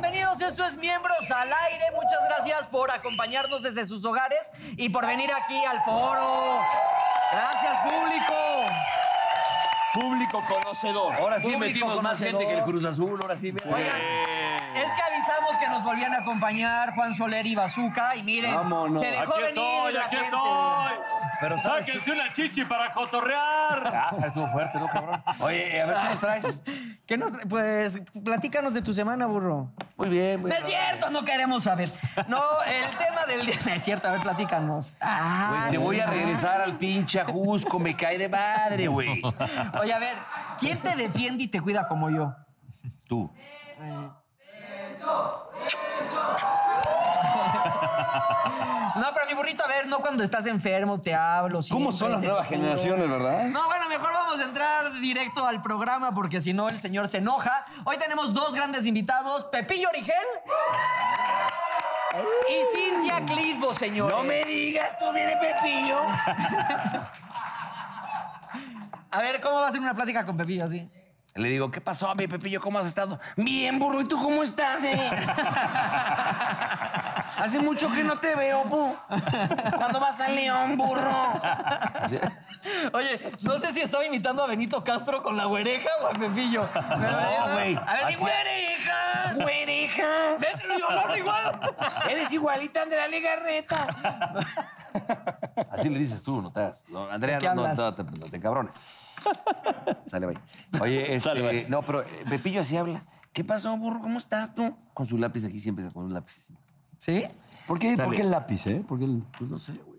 Continuamos, esto es Miembros al Aire. Muchas gracias por acompañarnos desde sus hogares y por venir aquí al foro. Gracias, público. Público conocedor. Ahora sí Público metimos más conocedor. gente que el Cruz Azul, ahora sí. mira. Oigan, es que avisamos que nos volvían a acompañar Juan Soler y Bazuca y miren, Vámonos. se dejó Aquí venir estoy, la aquí gente. estoy. Pero sabes, Sáquense una chichi para cotorrear. Ah, estuvo fuerte, ¿no, cabrón? Oye, a ver, ¿qué nos traes? ¿Qué nos tra- pues platícanos de tu semana, burro. Muy bien, muy No bien. es cierto, no queremos saber. No, el tema del día. No es cierto, a ver, platícanos. Ah, Güey, Te voy a regresar al pinche Ajusco, me cae de madre, güey. Oye, a ver, ¿quién te defiende y te cuida como yo? Tú. No, pero mi burrito, a ver, no cuando estás enfermo, te hablo. ¿Cómo siempre, son las te nuevas procuro. generaciones, verdad? No, bueno, mejor vamos a entrar directo al programa porque si no el señor se enoja. Hoy tenemos dos grandes invitados, Pepillo Origel y Cintia Clitbo, señores. No me digas, tú viene Pepillo. A ver, ¿cómo va a ser una plática con Pepillo así? Le digo, ¿qué pasó, mi Pepillo? ¿Cómo has estado? Bien, burro, ¿y tú cómo estás, eh? Hace mucho que no te veo, bu. ¿Cuándo vas a León, burro? Oye, no sé si estaba imitando a Benito Castro con la güereja o a Pepillo. Pero, No, güey. A ver, di Hacía- güereja. ¡Güereja! ¿Ves? Yo lo hago igual. Eres igualita a Andrea Legarreta. Así le dices tú, no te hagas. No, Andrea, ¿De qué no, no, hablas? no, te, no te cabrones. Sale, bye. Oye, este, Sale, bye. no, pero eh, Pepillo así habla. ¿Qué pasó, burro? ¿Cómo estás tú? Con su lápiz aquí siempre, con un lápiz. ¿Sí? ¿Por qué, Dale. por qué el lápiz, eh? ¿Por qué el... Pues no sé, güey.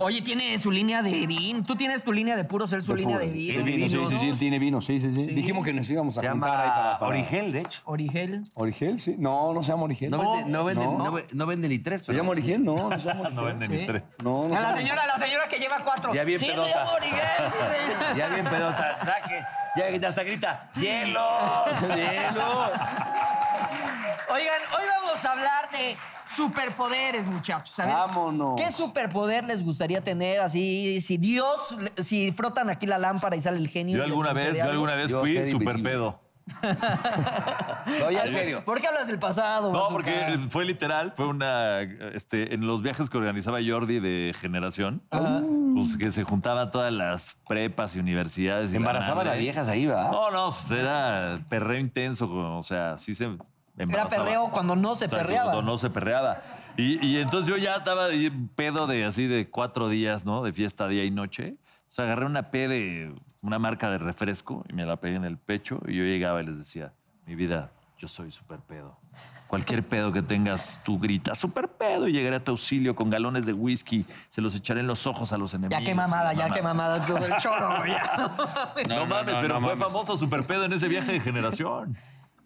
Oye, tiene su línea de vin. Tú tienes tu línea de puros, él su de línea puro? de vino. De vino, sí, sí, sí, él tiene vino, sí, sí, sí. Dijimos que nos íbamos a Se juntar llama ahí para, para- Origel, de hecho. Origel. ¿Origel? Sí. No, no se llama Origel. No vende, no vende, no. no ve- no vende ni tres, ¿Se pero. llama Origel? No, no se llama No Origel. venden ni tres. No, no. A la se- señora, a la señora que lleva cuatro. Ya bien sí, pedota. se llama Origel. Ya bien pedota, saque. Ya hasta grita, ¡hielo! ¡Hielo! Oigan, hoy vamos a hablar de superpoderes, muchachos. ¿saben? Vámonos. ¿Qué superpoder les gustaría tener? Así, si Dios, si frotan aquí la lámpara y sale el genio. Yo les alguna concede vez, yo algo. alguna vez Yo fui ser super invisible. pedo. No, ya en serio. ¿Por qué hablas del pasado? No, Bazooka? porque fue literal, fue una. Este, en los viajes que organizaba Jordi de generación, pues que se juntaba todas las prepas y universidades. y Embarazaba a la las madre. viejas ahí, ¿verdad? No, no, era perreo intenso, o sea, sí se Era embarazaba. perreo cuando no se O sea, perreaba. cuando no se perreaba. Y, y entonces yo ya estaba ahí pedo de así de cuatro días, ¿no? De fiesta día y noche. O sea, agarré una P de una marca de refresco y me la pegué en el pecho y yo llegaba y les decía, mi vida, yo soy super pedo. Cualquier pedo que tengas, tú gritas, super pedo, y llegaré a tu auxilio con galones de whisky, se los echaré en los ojos a los enemigos. Ya qué mamada, ya qué mamada. mamada todo el choro, güey. No, mames, pero fue famoso super pedo en ese viaje de generación.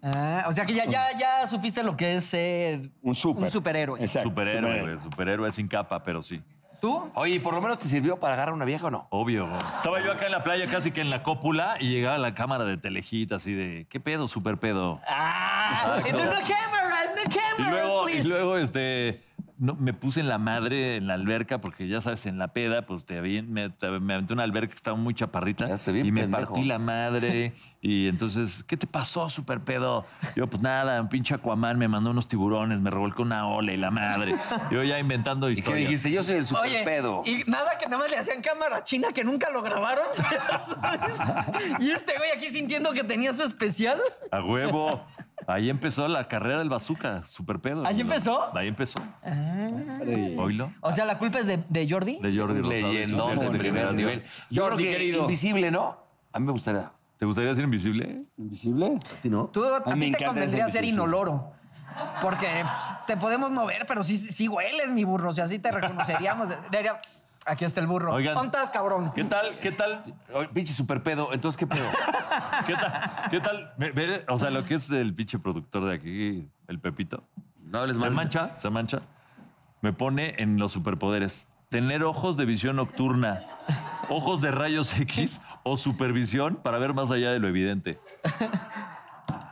Ah, o sea que ya, ya, ya supiste lo que es ser Un super. un superhéroe. Exacto, superhéroe, güey, superhéroe sin capa, pero sí. ¿Tú? Oye, ¿y ¿por lo menos te sirvió para agarrar una vieja o no? Obvio. güey. Estaba yo acá en la playa casi que en la cópula y llegaba la cámara de telejita así de, ¿qué pedo, super pedo? Ah, it's in the camera, it's in the Y camera, luego, y please. luego este, no, me puse en la madre en la alberca porque ya sabes, en la peda, pues te, avien- me, te- me aventé una alberca que estaba muy chaparrita Quedaste bien y me pendejo. partí la madre. y entonces, ¿qué te pasó, super pedo? Yo, pues nada, un pinche Aquaman me mandó unos tiburones, me revolcó una ola y la madre. Yo ya inventando ¿Y qué historias. dijiste? Yo soy el super Oye, pedo. y nada que nada más le hacían cámara china que nunca lo grabaron. y este güey aquí sintiendo que tenía su especial. A huevo. Ahí empezó la carrera del bazooka, super pedo. ¿Ahí empezó? Ahí empezó. Padre. Oilo. O sea, la culpa es de, de Jordi. De Jordi Rosado. Leyendón Desde de primer generación. nivel. Yo creo Jordi, que querido. invisible, ¿no? A mí me gustaría. ¿Te gustaría ser invisible? ¿Invisible? ¿No? Tú, a, A mí me ti te encanta convendría ese ser ejercicio. inoloro. Porque pues, te podemos mover, pero sí, sí hueles, mi burro. O sea, sí te reconoceríamos. Diría, aquí está el burro. Oigan. ¿Contas, cabrón? ¿Qué tal? ¿Qué tal? Oye, Pinche super pedo. Entonces, ¿qué pedo? ¿Qué tal? ¿Qué tal? Ve- ve- O sea, lo que es el pinche productor de aquí, el Pepito. No les Se mal. mancha, se mancha. Me pone en los superpoderes. Tener ojos de visión nocturna, ojos de rayos X o supervisión para ver más allá de lo evidente.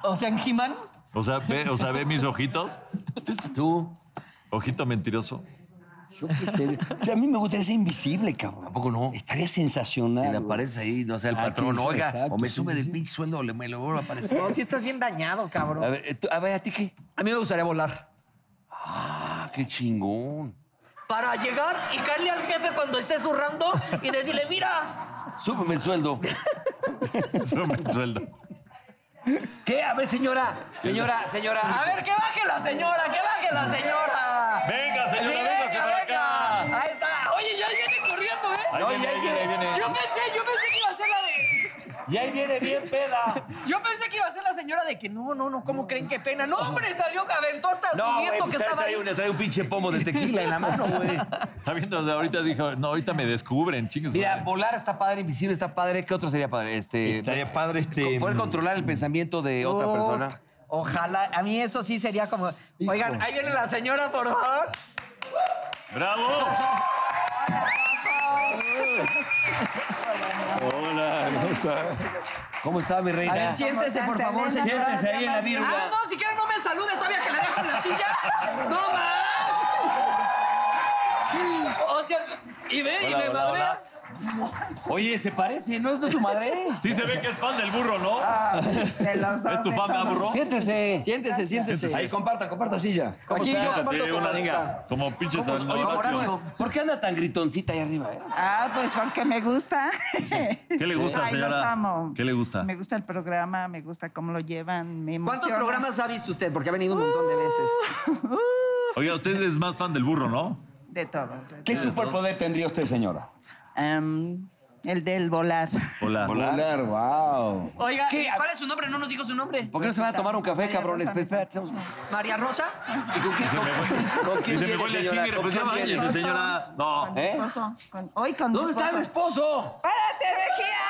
O sea, en He-Man. O sea, ve, o sea, ve mis ojitos. Este es Tú. Ojito mentiroso. Yo qué sé. O sea, a mí me gustaría ser invisible, cabrón. ¿A poco no? Estaría sensacional. Y le güey. aparece ahí, no sé, el Ah, patrón, quién sabe, oiga, exacto, o me sí, sube sí, del sí. pinche sueldo o le- me lo vuelvo a aparecer. No, si estás bien dañado, cabrón. A ver, eh, tú- a ver, ¿a ti qué? A mí me gustaría volar. Ah, qué chingón. Para llegar y caerle al jefe cuando esté zurrando y decirle, mira, Súbeme el sueldo. Súbeme el sueldo. ¿Qué? A ver, señora, señora, a señora. ver, que baje la señora, que baje la señora. Venga, Sí, señora, véngase para acá. Ahí está. Oye, ya viene corriendo, Ahí ¿eh? viene, ahí viene, ahí viene. Yo pensé, yo pensé que iba a ser la de... Y ahí viene bien peda. Yo pensé que iba a ser la señora de que no, no, no, ¿cómo creen que pena? No, hombre, salió, aventó hasta su No, güey, nieto pues que trae, estaba ahí. trae un, trae un pinche pomo de tequila en la mano, güey. Está viendo, ahorita dijo, no, ahorita me descubren, chingues. Mira, madre. volar está padre, invisible está padre. ¿Qué otro sería padre? Este, Estaría padre este. mm, Poder controlar el pensamiento de otra Oh, persona. Ojalá, a mí eso sí sería como, oigan, ahí viene la señora, por favor. ¡Bravo! Hola. ¿Cómo está, mi reina? A ver, siéntese, por favor, señora. Siéntese ahí en la virga. Ah, no, si quieren no me salude todavía que le dejo en la silla. ¡No más! O sea, y ve, y Hola, me hola, madrea. Oye, se parece, ¿no? Es de su madre. Sí se ve que es fan del burro, ¿no? Ah, ¿Es tu fan, ¿verdad, burro? Siéntese. Siéntese, siéntese. Ahí, comparta, comparta silla. Aquí yo Siéntate, comparto con unas- Venga. Como pinches San Oye, Horacio. Horacio, ¿por qué anda tan gritoncita ahí arriba? eh? Ah, pues porque me gusta. ¿Qué le gusta, Ay, señora? los amo. ¿Qué le gusta? Me gusta el programa, me gusta cómo lo llevan, me ¿Cuántos emociona. programas ha visto usted? Porque ha venido un montón de veces. Oiga, usted es más fan del burro, ¿no? De todos. de ¿Qué todos. superpoder tendría usted, señora? Em, el del volar. Hola. Volar, wow. Oiga, ¿cuál es su nombre? No nos dijo su nombre. ¿Por qué no se van a tomar un café, María cabrones? Rosa, Espera, Rosa. espera, estamos- María Rosa. ¿Y con quién? Se me fue. ¿Con Y quién se me viene, huele a señora? chingre, ¿Con pues ya quién viene? váyase, señora. No. Con mi ¿Eh? esposo, con- hoy con mi ¿Dónde está el esposo. esposo? ¡Párate, Mejía!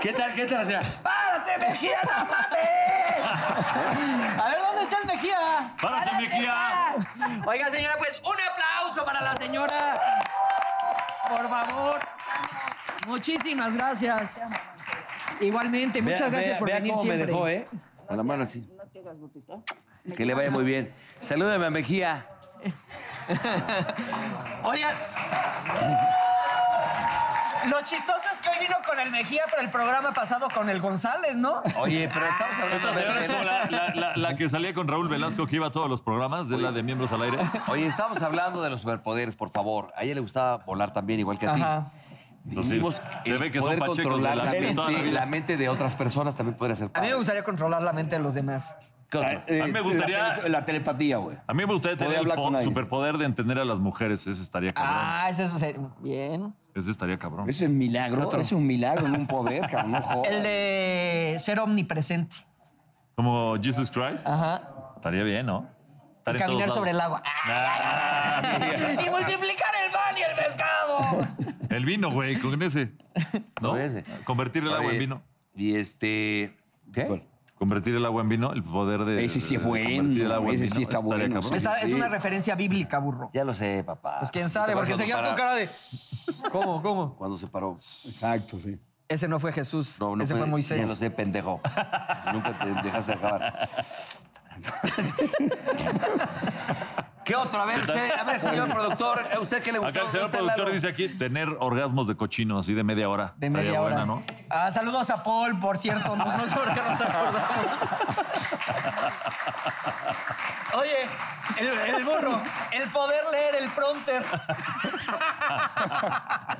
¿Qué tal, qué tal? señora? ¡Párate, Mejía, no mames! A ver, ¿dónde está el Mejía? ¡Párate, Mejía! Oiga, señora, pues un aplauso para la señora. Por favor. Muchísimas gracias. Igualmente, muchas gracias por venir cómo siempre. me dejó, ¿eh? Con la mano así. Que le vaya muy bien. Salúdame a Mejía. Oigan. Lo chistoso es que hoy vino con el Mejía, pero el programa pasado con el González, ¿no? Oye, pero estamos hablando Ah, Esta señora es como de... la, la- la- la que salía con Raúl Velasco, que iba a todos los programas, de la de Miembros al Aire. Oye, estamos hablando de los superpoderes, por favor. A ella le gustaba volar también, igual que a ti. Ajá. Dijimos Se el ve que son poder pachecos de controlar la- la, de mente, toda la vida. la mente de otras personas también podría ser A mí padre. me gustaría controlar la mente de los demás. ¿Qué otro? Eh, A mí me gustaría- La, tele- la telepatía, güey. A mí me gustaría tener Podía el hablar con po- alguien. superpoder de entender a las mujeres. Ese estaría cabrón. Ah, es eso. se- Bien. Ese estaría cabrón. Ese es milagro. Ese es un milagro, no un poder, cabrón. No jodas. El de ser omnipresente. Como Jesus Ah. Christ. Ajá. Estaría bien, ¿no? Y Estaría en caminar todos sobre el lados. agua. y multiplicar el pan y el pescado. El vino, güey, con ese. ¿No? Con ese. Convertir el agua Oye, en vino. Y este... ¿Qué? ¿Cuál? Convertir el agua en vino, el poder de. Ese sí es de convertir bueno, el agua en ese vino, sí está estaría bueno, cabrón. sí. Esta es una referencia bíblica, burro. Ya lo sé, papá. Pues quién sabe, Te porque vas a seguías con comparar cara de. ¿Cómo, cómo? Cuando se paró. Exacto, sí. Ese no fue Jesús, No, no ese fue, Moisés. Ya lo sé, pendejo. Nunca te dejaste acabar. ¿Qué otro? A ver, usted, a ver, señor productor, ¿a usted qué le gustó? Acá el señor ¿Dónde está productor Lalo? dice aquí tener orgasmos de cochino, así de media hora. De Estaría media hora. buena, ¿no? Ah, saludos a Paul, por cierto. No, no sé por qué nos acordamos. Oye, el, el burro, el poder leer el prompter.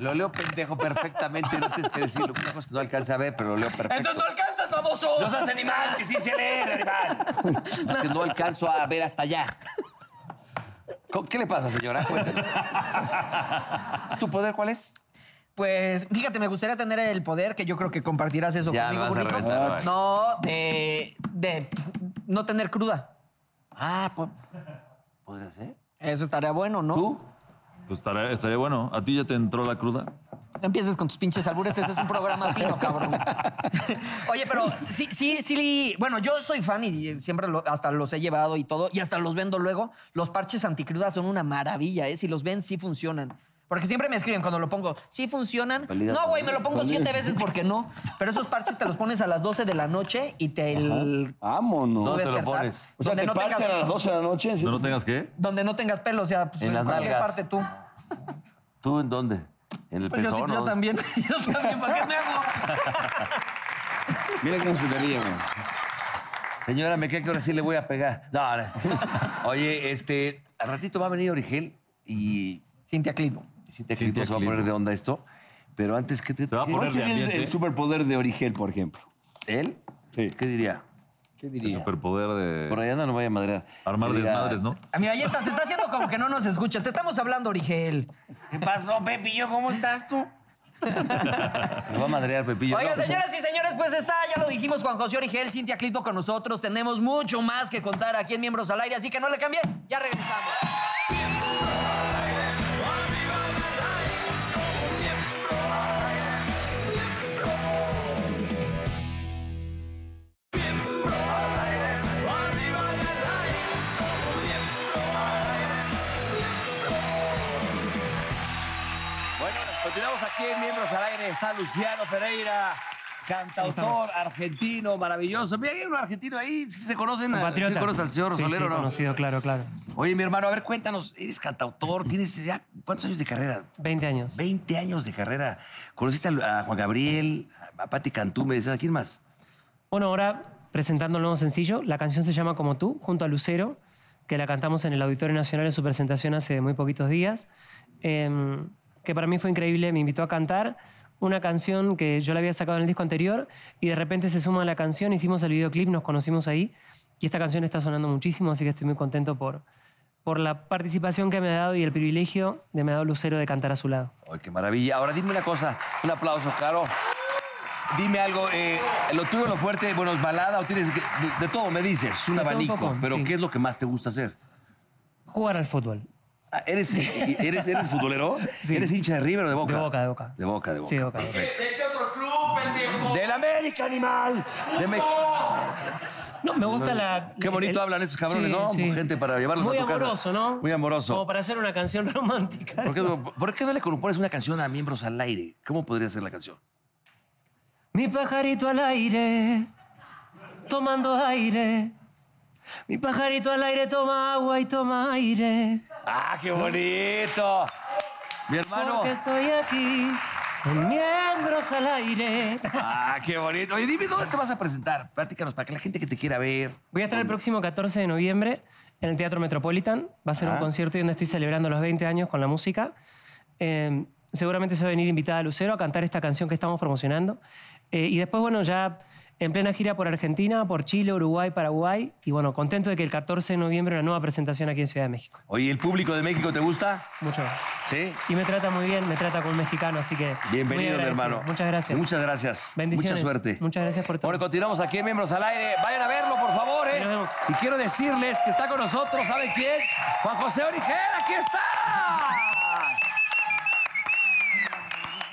Lo leo pendejo perfectamente, no tienes que decirlo. Una cosa que no alcanza a ver, pero lo leo perfecto. Entonces no alcanzas, famoso. No seas animal, que sí se lee, animal. Es que no alcanzo a ver hasta allá. Co- ¿Qué le pasa, señora? Cuénteme. ¿Tu poder cuál es? Pues fíjate, me gustaría tener el poder, que yo creo que compartirás eso Ya me conmigo, vas a burrito. reventar, vale. No, de, de no tener cruda. Ah, pues. ¿Podría ser? Eso estaría bueno, ¿no? ¿Tú? Pues estaría, estaría bueno. ¿A ti ya te entró la cruda? No empieces con tus pinches albures, este es un programa fino, cabrón. Oye, pero sí, sí, sí, bueno, yo soy fan y siempre lo- hasta los he llevado y todo, y hasta los vendo luego. Los parches anticrudas son una maravilla, ¿eh? Si los ven, sí funcionan. Porque siempre me escriben cuando lo pongo, sí funcionan. Valida no, güey, me también. lo pongo siete veces porque no. Pero esos parches te los pones a las 12 de la noche y te el... Vámonos. no ¿Dónde te lo despertar, pones? o sea, donde te no parchan tengas- a las 12 de la noche. sí. No, no tengas que. donde no tengas pelo, o sea, pues, En las cualquier nalgas. parte tú. ¿Tú en dónde? ¿En el Pues yo, sí, pezón? yo o- también. Yo también, ¿para qué me hago? Mira cómo se te ríe, güey. Señora, me queda que ahora sí le voy a pegar. No, no. Oye, este, al ratito va a venir Origel y Cintia Clitbo. Cintia Cintia Clitbo se va a Clitbo. poner de onda esto. Pero antes, ¿qué te Se va a ¿Cuál poner de sería el, ambiente. el superpoder de Origel, por ejemplo? ¿Él? Sí. ¿Qué diría? ¿Qué El diría? superpoder Por de allá no lo vaya a madrear. armar Que diga, desmadres, ¿no? Ah, Mira, ahí está, se está haciendo como que no nos escucha. Te estamos hablando, Origel. ¿Qué pasó, Pepillo? ¿Cómo estás tú? Me va a madrear, Pepillo. Oigan, No. señoras y señores, pues está, ya lo dijimos, Juan José Origel, Cintia Clitbo con nosotros. Tenemos mucho más que contar aquí en Miembros al Aire, así que no le cambie, ya regresamos. Bueno, continuamos aquí en Miembros al Aire. Está Luciano Pereira, cantautor argentino, maravilloso. Mira, hay un argentino ahí. ¿Sí se conocen? a- ¿Sí Compatriota. conoces al señor Sí, Solero sí, o no? conocido, claro, claro. Oye, mi hermano, a ver, cuéntanos. Eres cantautor, tienes ya cuántos años de carrera? 20 años. 20 años de carrera. Conociste a, a Juan Gabriel, a Patti Cantú, me decías, ¿a quién más? Bueno, ahora presentando el nuevo sencillo, la canción se llama Como tú, junto a Lucero, que la cantamos en el Auditorio Nacional en su presentación hace muy poquitos días, em, que para mí fue increíble, me invitó a cantar una canción que yo la había sacado en el disco anterior y de repente se suma a la canción, hicimos el videoclip, nos conocimos ahí y esta canción está sonando muchísimo, así que estoy muy contento por, por la participación que me ha dado y el privilegio de me ha dado Lucero de cantar a su lado. Ay, qué maravilla. Ahora dime una cosa, un aplauso, claro. Dime algo, eh, lo tuyo, lo fuerte, bueno, es balada o tienes que- de, de todo, me dices, es un De todo un abanico, poco, pero sí. ¿qué es lo que más te gusta hacer? Jugar al fútbol. Ah, ¿eres, eres, ¿Eres futbolero? Sí. ¿Eres hincha de River o de Boca? De Boca, de Boca. De Boca, de Boca. Sí, de Boca. Perfecto. ¡Del América, animal! De México. No, me gusta la. Qué bonito el- hablan esos cabrones, ¿no? Gente para llevarlos Muy a tu casa. amoroso, ¿no? Muy amoroso. Como para hacer una canción romántica. ¿Por qué, no- ¿Por qué no le compones una canción a miembros al aire? ¿Cómo podría ser la canción? Mi pajarito al aire, tomando aire. Mi pajarito al aire toma agua y toma aire. ¡Ah, qué bonito! Mi hermano. Porque estoy aquí, en miembros al aire. ¡Ah, qué bonito! Oye, dime dónde te vas a presentar. Platícanos para que la gente que te quiera ver. Voy a estar el próximo 14 de noviembre en el Teatro Metropolitan. Va a ser Ah. un concierto donde estoy celebrando los 20 años con la música. Eh, seguramente se va a venir invitada a Lucero a cantar esta canción que estamos promocionando. Eh, y después, bueno, ya en plena gira por Argentina, por Chile, Uruguay, Paraguay. Y bueno, contento de que el 14 de noviembre una nueva presentación aquí en Ciudad de México. Oye, ¿el público de México te gusta? Mucho. Sí. Y me trata muy bien, me trata como un mexicano, así que... muy Bienvenido, mi agradecido. hermano. Muchas gracias. Muchas gracias. Bendiciones. Mucha suerte. Muchas gracias por todo. Bueno, continuamos aquí en Miembros al Aire. Vayan a verlo, por favor, ¿eh? Nos vemos. Y quiero decirles que está con nosotros, ¿saben quién? Juan José Origel, aquí está.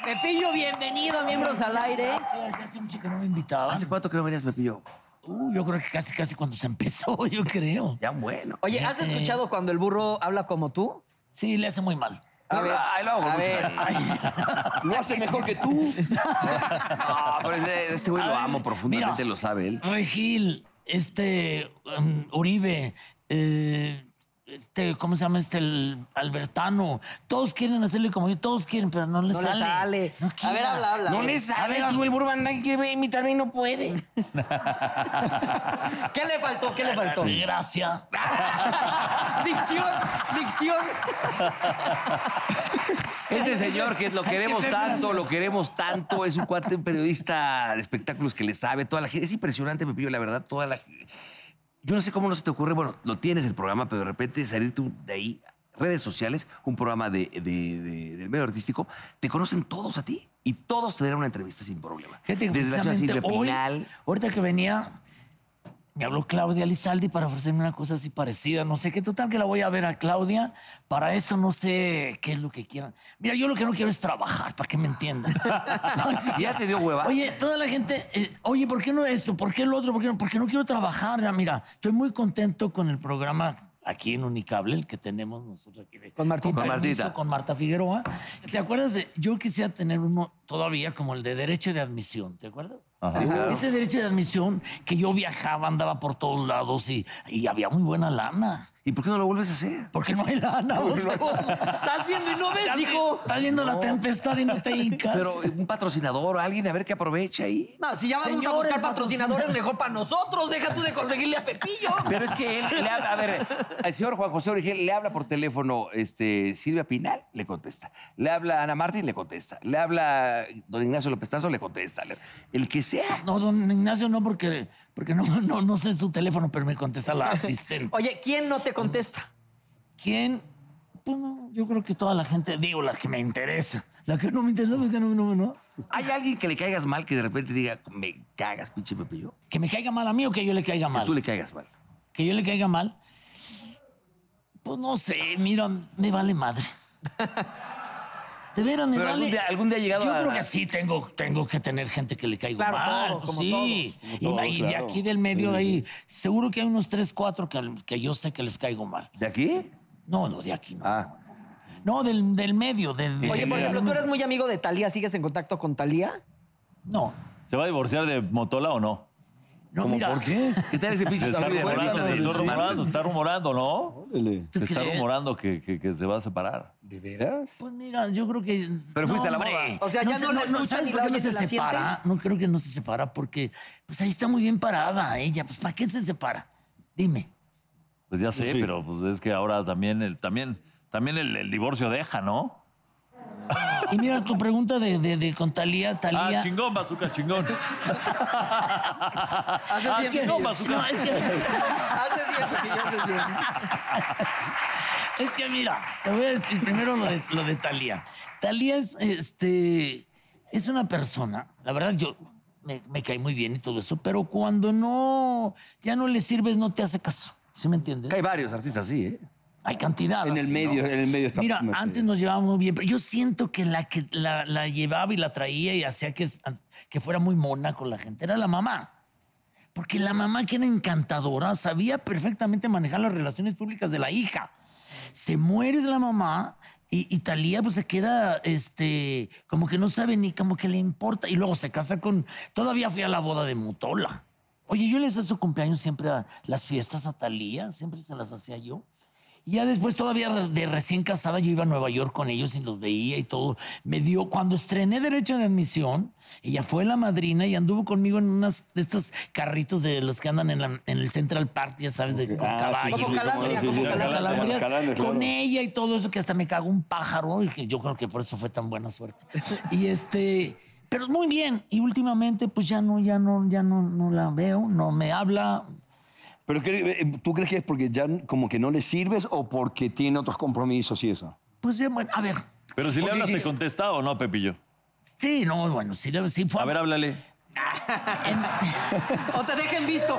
Pepillo, bienvenido a Miembros al Aire. Gracias, ya hace mucho que no me invitaban. ¿Hace cuánto que no venías, Pepillo? Uh, yo creo que casi, casi cuando se empezó, yo creo. Ya bueno. Oye, ¿has escuchado cuando el burro habla como tú? Sí, le hace muy mal. A ver, Ay, lo hago con a mucho ver. cariño. Lo hace mejor que tú. No, pero este, este güey lo A amo ver, profundamente, mira. lo sabe él. Regil, este, um, Uribe, eh, este, ¿cómo se llama este? El Albertano. Todos quieren hacerle como yo, todos quieren, pero no les No le sale. sale. No A quiera. ver, habla, habla. No A ver. le sale. A ver, el Burban que imitarme y no puede. ¿Qué le faltó? ¿Qué le faltó? Gracias. Dicción, dicción. Este señor que lo queremos tanto, lo queremos tanto, es un cuate, un periodista de espectáculos que le sabe toda la gente. Es impresionante, Pepillo, la verdad, toda la Yo no sé cómo no se te ocurre, bueno, lo tienes el programa, pero de repente salirte un- de ahí, redes sociales, un programa de, de- de- del medio artístico, te conocen todos a ti y todos te dan una entrevista sin problema. Fíjate que Desde la ciudad precisamente Silvia hoy, Pinal. ahorita que venía, me habló Claudia Lizaldi para ofrecerme una cosa así parecida. No sé qué, total que la voy a ver a Claudia. Para esto no sé qué es lo que quieran. Mira, yo lo que no quiero es trabajar, para que me entiendan. Ya te dio hueva. Oye, toda la gente, eh, oye, ¿por qué no esto? ¿Por qué lo otro? ¿Por qué no? Porque no quiero trabajar. Ya, Mira, estoy muy contento con el programa aquí en Unicable, el que tenemos nosotros aquí. de- Con Martita. Con, Con permiso, Martita. con Marta Figueroa. ¿Te acuerdas de, yo quisiera tener uno todavía como el de derecho de admisión, ¿te acuerdas? Ajá. Claro. Ese derecho de admisión que yo viajaba, andaba por todos lados y, y había muy buena lana. ¿Y por qué no lo vuelves a hacer? Porque no hay lana, Bosco. Estás viendo y no ves, hijo. Estás viendo la tempestad y no te hincas. Pero un patrocinador, alguien, a ver que aproveche ahí. No, si ya vamos Señor, a buscar el patrocinadores, mejor para nosotros. Deja tú de conseguirle a Pepillo. Pero es que él le habla, a ver, al señor Juan José Origel le habla por teléfono este, Silvia Pinal, le contesta. Le habla Ana Martín, le contesta. Le habla don Ignacio López Tarso, le contesta. Le- El que sea. No, don Ignacio, no, porque, porque no, no, no sé su teléfono, pero me contesta la asistente. Oye, ¿quién no te contesta? ¿Quién? Pues no, yo creo que toda la gente, digo, la que me interesa. La que no me interesa, pues que no, no, no. ¿Hay alguien que le caigas mal que de repente diga, me cagas, pinche Pepillo? Que me caiga mal a mí o que yo le caiga mal. Tú le caigas mal. que yo le caiga mal, pues no sé, mira, me vale madre. De veras, me Pero vale. algún día- algún día ha llegado Yo a- creo que sí tengo, tengo que tener gente que le caigo Claro, mal. todos, como sí. todos, como Y ma- y, todos, de claro. aquí del medio ahí, seguro que hay unos tres, cuatro que, que yo sé que les caigo mal. ¿De aquí? No, no, de aquí no. Ah. No, del, del medio. del- Oye, del- por ejemplo, tú eres muy amigo de Talía, ¿sigues en contacto con Talía? No. ¿Se va a divorciar de Motola o no? No, mira. ¿Por ¿Qué? ¿Qué tal ese pinche Está de rumorando, revistas de se está Don rumorando, Martín? está rumorando, ¿no? Órale. ¿Tú Se está crees? rumorando que, que- que se va a separar. ¿De veras? Pues mira, yo creo que. Pero fuiste a la hombre. boda. O sea, ya no la escuchas ¿sabes ni por la qué no oyes se ni la separa? sientes? No creo que no se separa porque pues ahí está muy bien parada ella. Pues ¿para qué se separa? Dime. Pues ya sé, Sí. pero pues es que ahora también el, también, también el, el divorcio deja, ¿no? Y mira tu pregunta de, de, de con Talía, Talía. Ah, chingón, bazooka, chingón. Haces Ah, bien, chingón, Pepillo. bazooka. no, es que, Haces bien, Pepillo, haces bien. es que mira, te voy a decir primero lo de, lo de Talía. Talía es, este, es una persona, la verdad yo me, me cae muy bien y todo eso, pero cuando no, ya no le sirves, no te hace caso. ¿Sí me entiendes? Hay varios artistas así, ¿eh? Hay cantidad. En el así, ¿no? medio, en el medio está. Mira, antes nos llevábamos muy bien, pero yo siento que la que la, la llevaba y la traía y hacía que, que fuera muy mona con la gente era la mamá. Porque la mamá, que era encantadora, sabía perfectamente manejar las relaciones públicas de la hija. Se muere la mamá y, y Talía pues se queda, este, como que no sabe ni como que le importa. Y luego se casa con... Todavía fui a la boda de Mutola. Oye, yo les hacía su cumpleaños siempre a las fiestas a Talía, siempre se las hacía yo. Y ya después, todavía de recién casada, yo iba a Nueva York con ellos y los veía y todo. Me dio, cuando estrené Derecho de Admisión, ella fue la madrina y anduvo conmigo en unas de estos carritos de los que andan en, la- en el Central Park, ya sabes, de, con Ah, sí, caballos. sí, sí, Como Calandria, sí, sí, como sí, Calandria. Calandrias, Calandria, claro. con ella y todo eso, que hasta me cagó un pájaro y que yo creo que por eso fue tan buena suerte. Y este, pero muy bien. Y últimamente, pues ya no, ya no, ya no, no la veo, no me habla. Pero cre- eh, ¿tú crees que es porque ya como que no le sirves o porque tiene otros compromisos y eso? Pues ya, bueno, a ver. Pero si le Porque- hablas, ¿te contesta o no, Pepillo? Sí, no, bueno, sí, le- sí fue. A ver, háblale. O te dejen visto.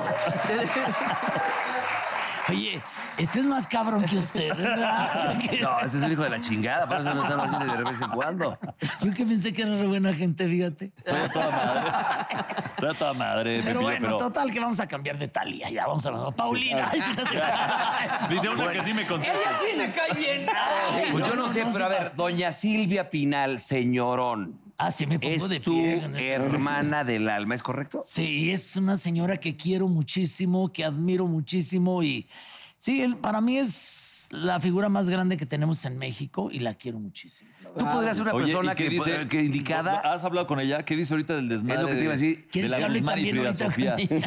Oye, este es más cabrón que usted. ¿verdad? No, ese es el hijo de la chingada, por eso no están haciendo de vez en cuando. Yo que pensé que era re buena gente, fíjate. Soy a toda madre. Soy a toda madre, Pero Pepillo, bueno, pero... total que vamos a cambiar de Talía. Ya vamos a Paulina. Ay, sí, no sé. Dice uno que sí me contesta. Ella sí me cae bien. Pues yo No, no no, sé, no, pero a sí, ver, doña Silvia Pinal, señorón, Ah, sí, me pongo es de tu pie. en este- hermana del alma, ¿es correcto? Sí, es una señora que quiero muchísimo, que admiro muchísimo y sí, él- para mí es la figura más grande que tenemos en México y la quiero muchísimo. Tú podrías ser una Oye, ¿y persona qué que, dice- que indicada... ¿Has hablado con ella? ¿Qué dice ahorita del desmadre? Es lo que te iba a decir. de- ¿Quieres de la que hable Guzmán y también Frida ahorita con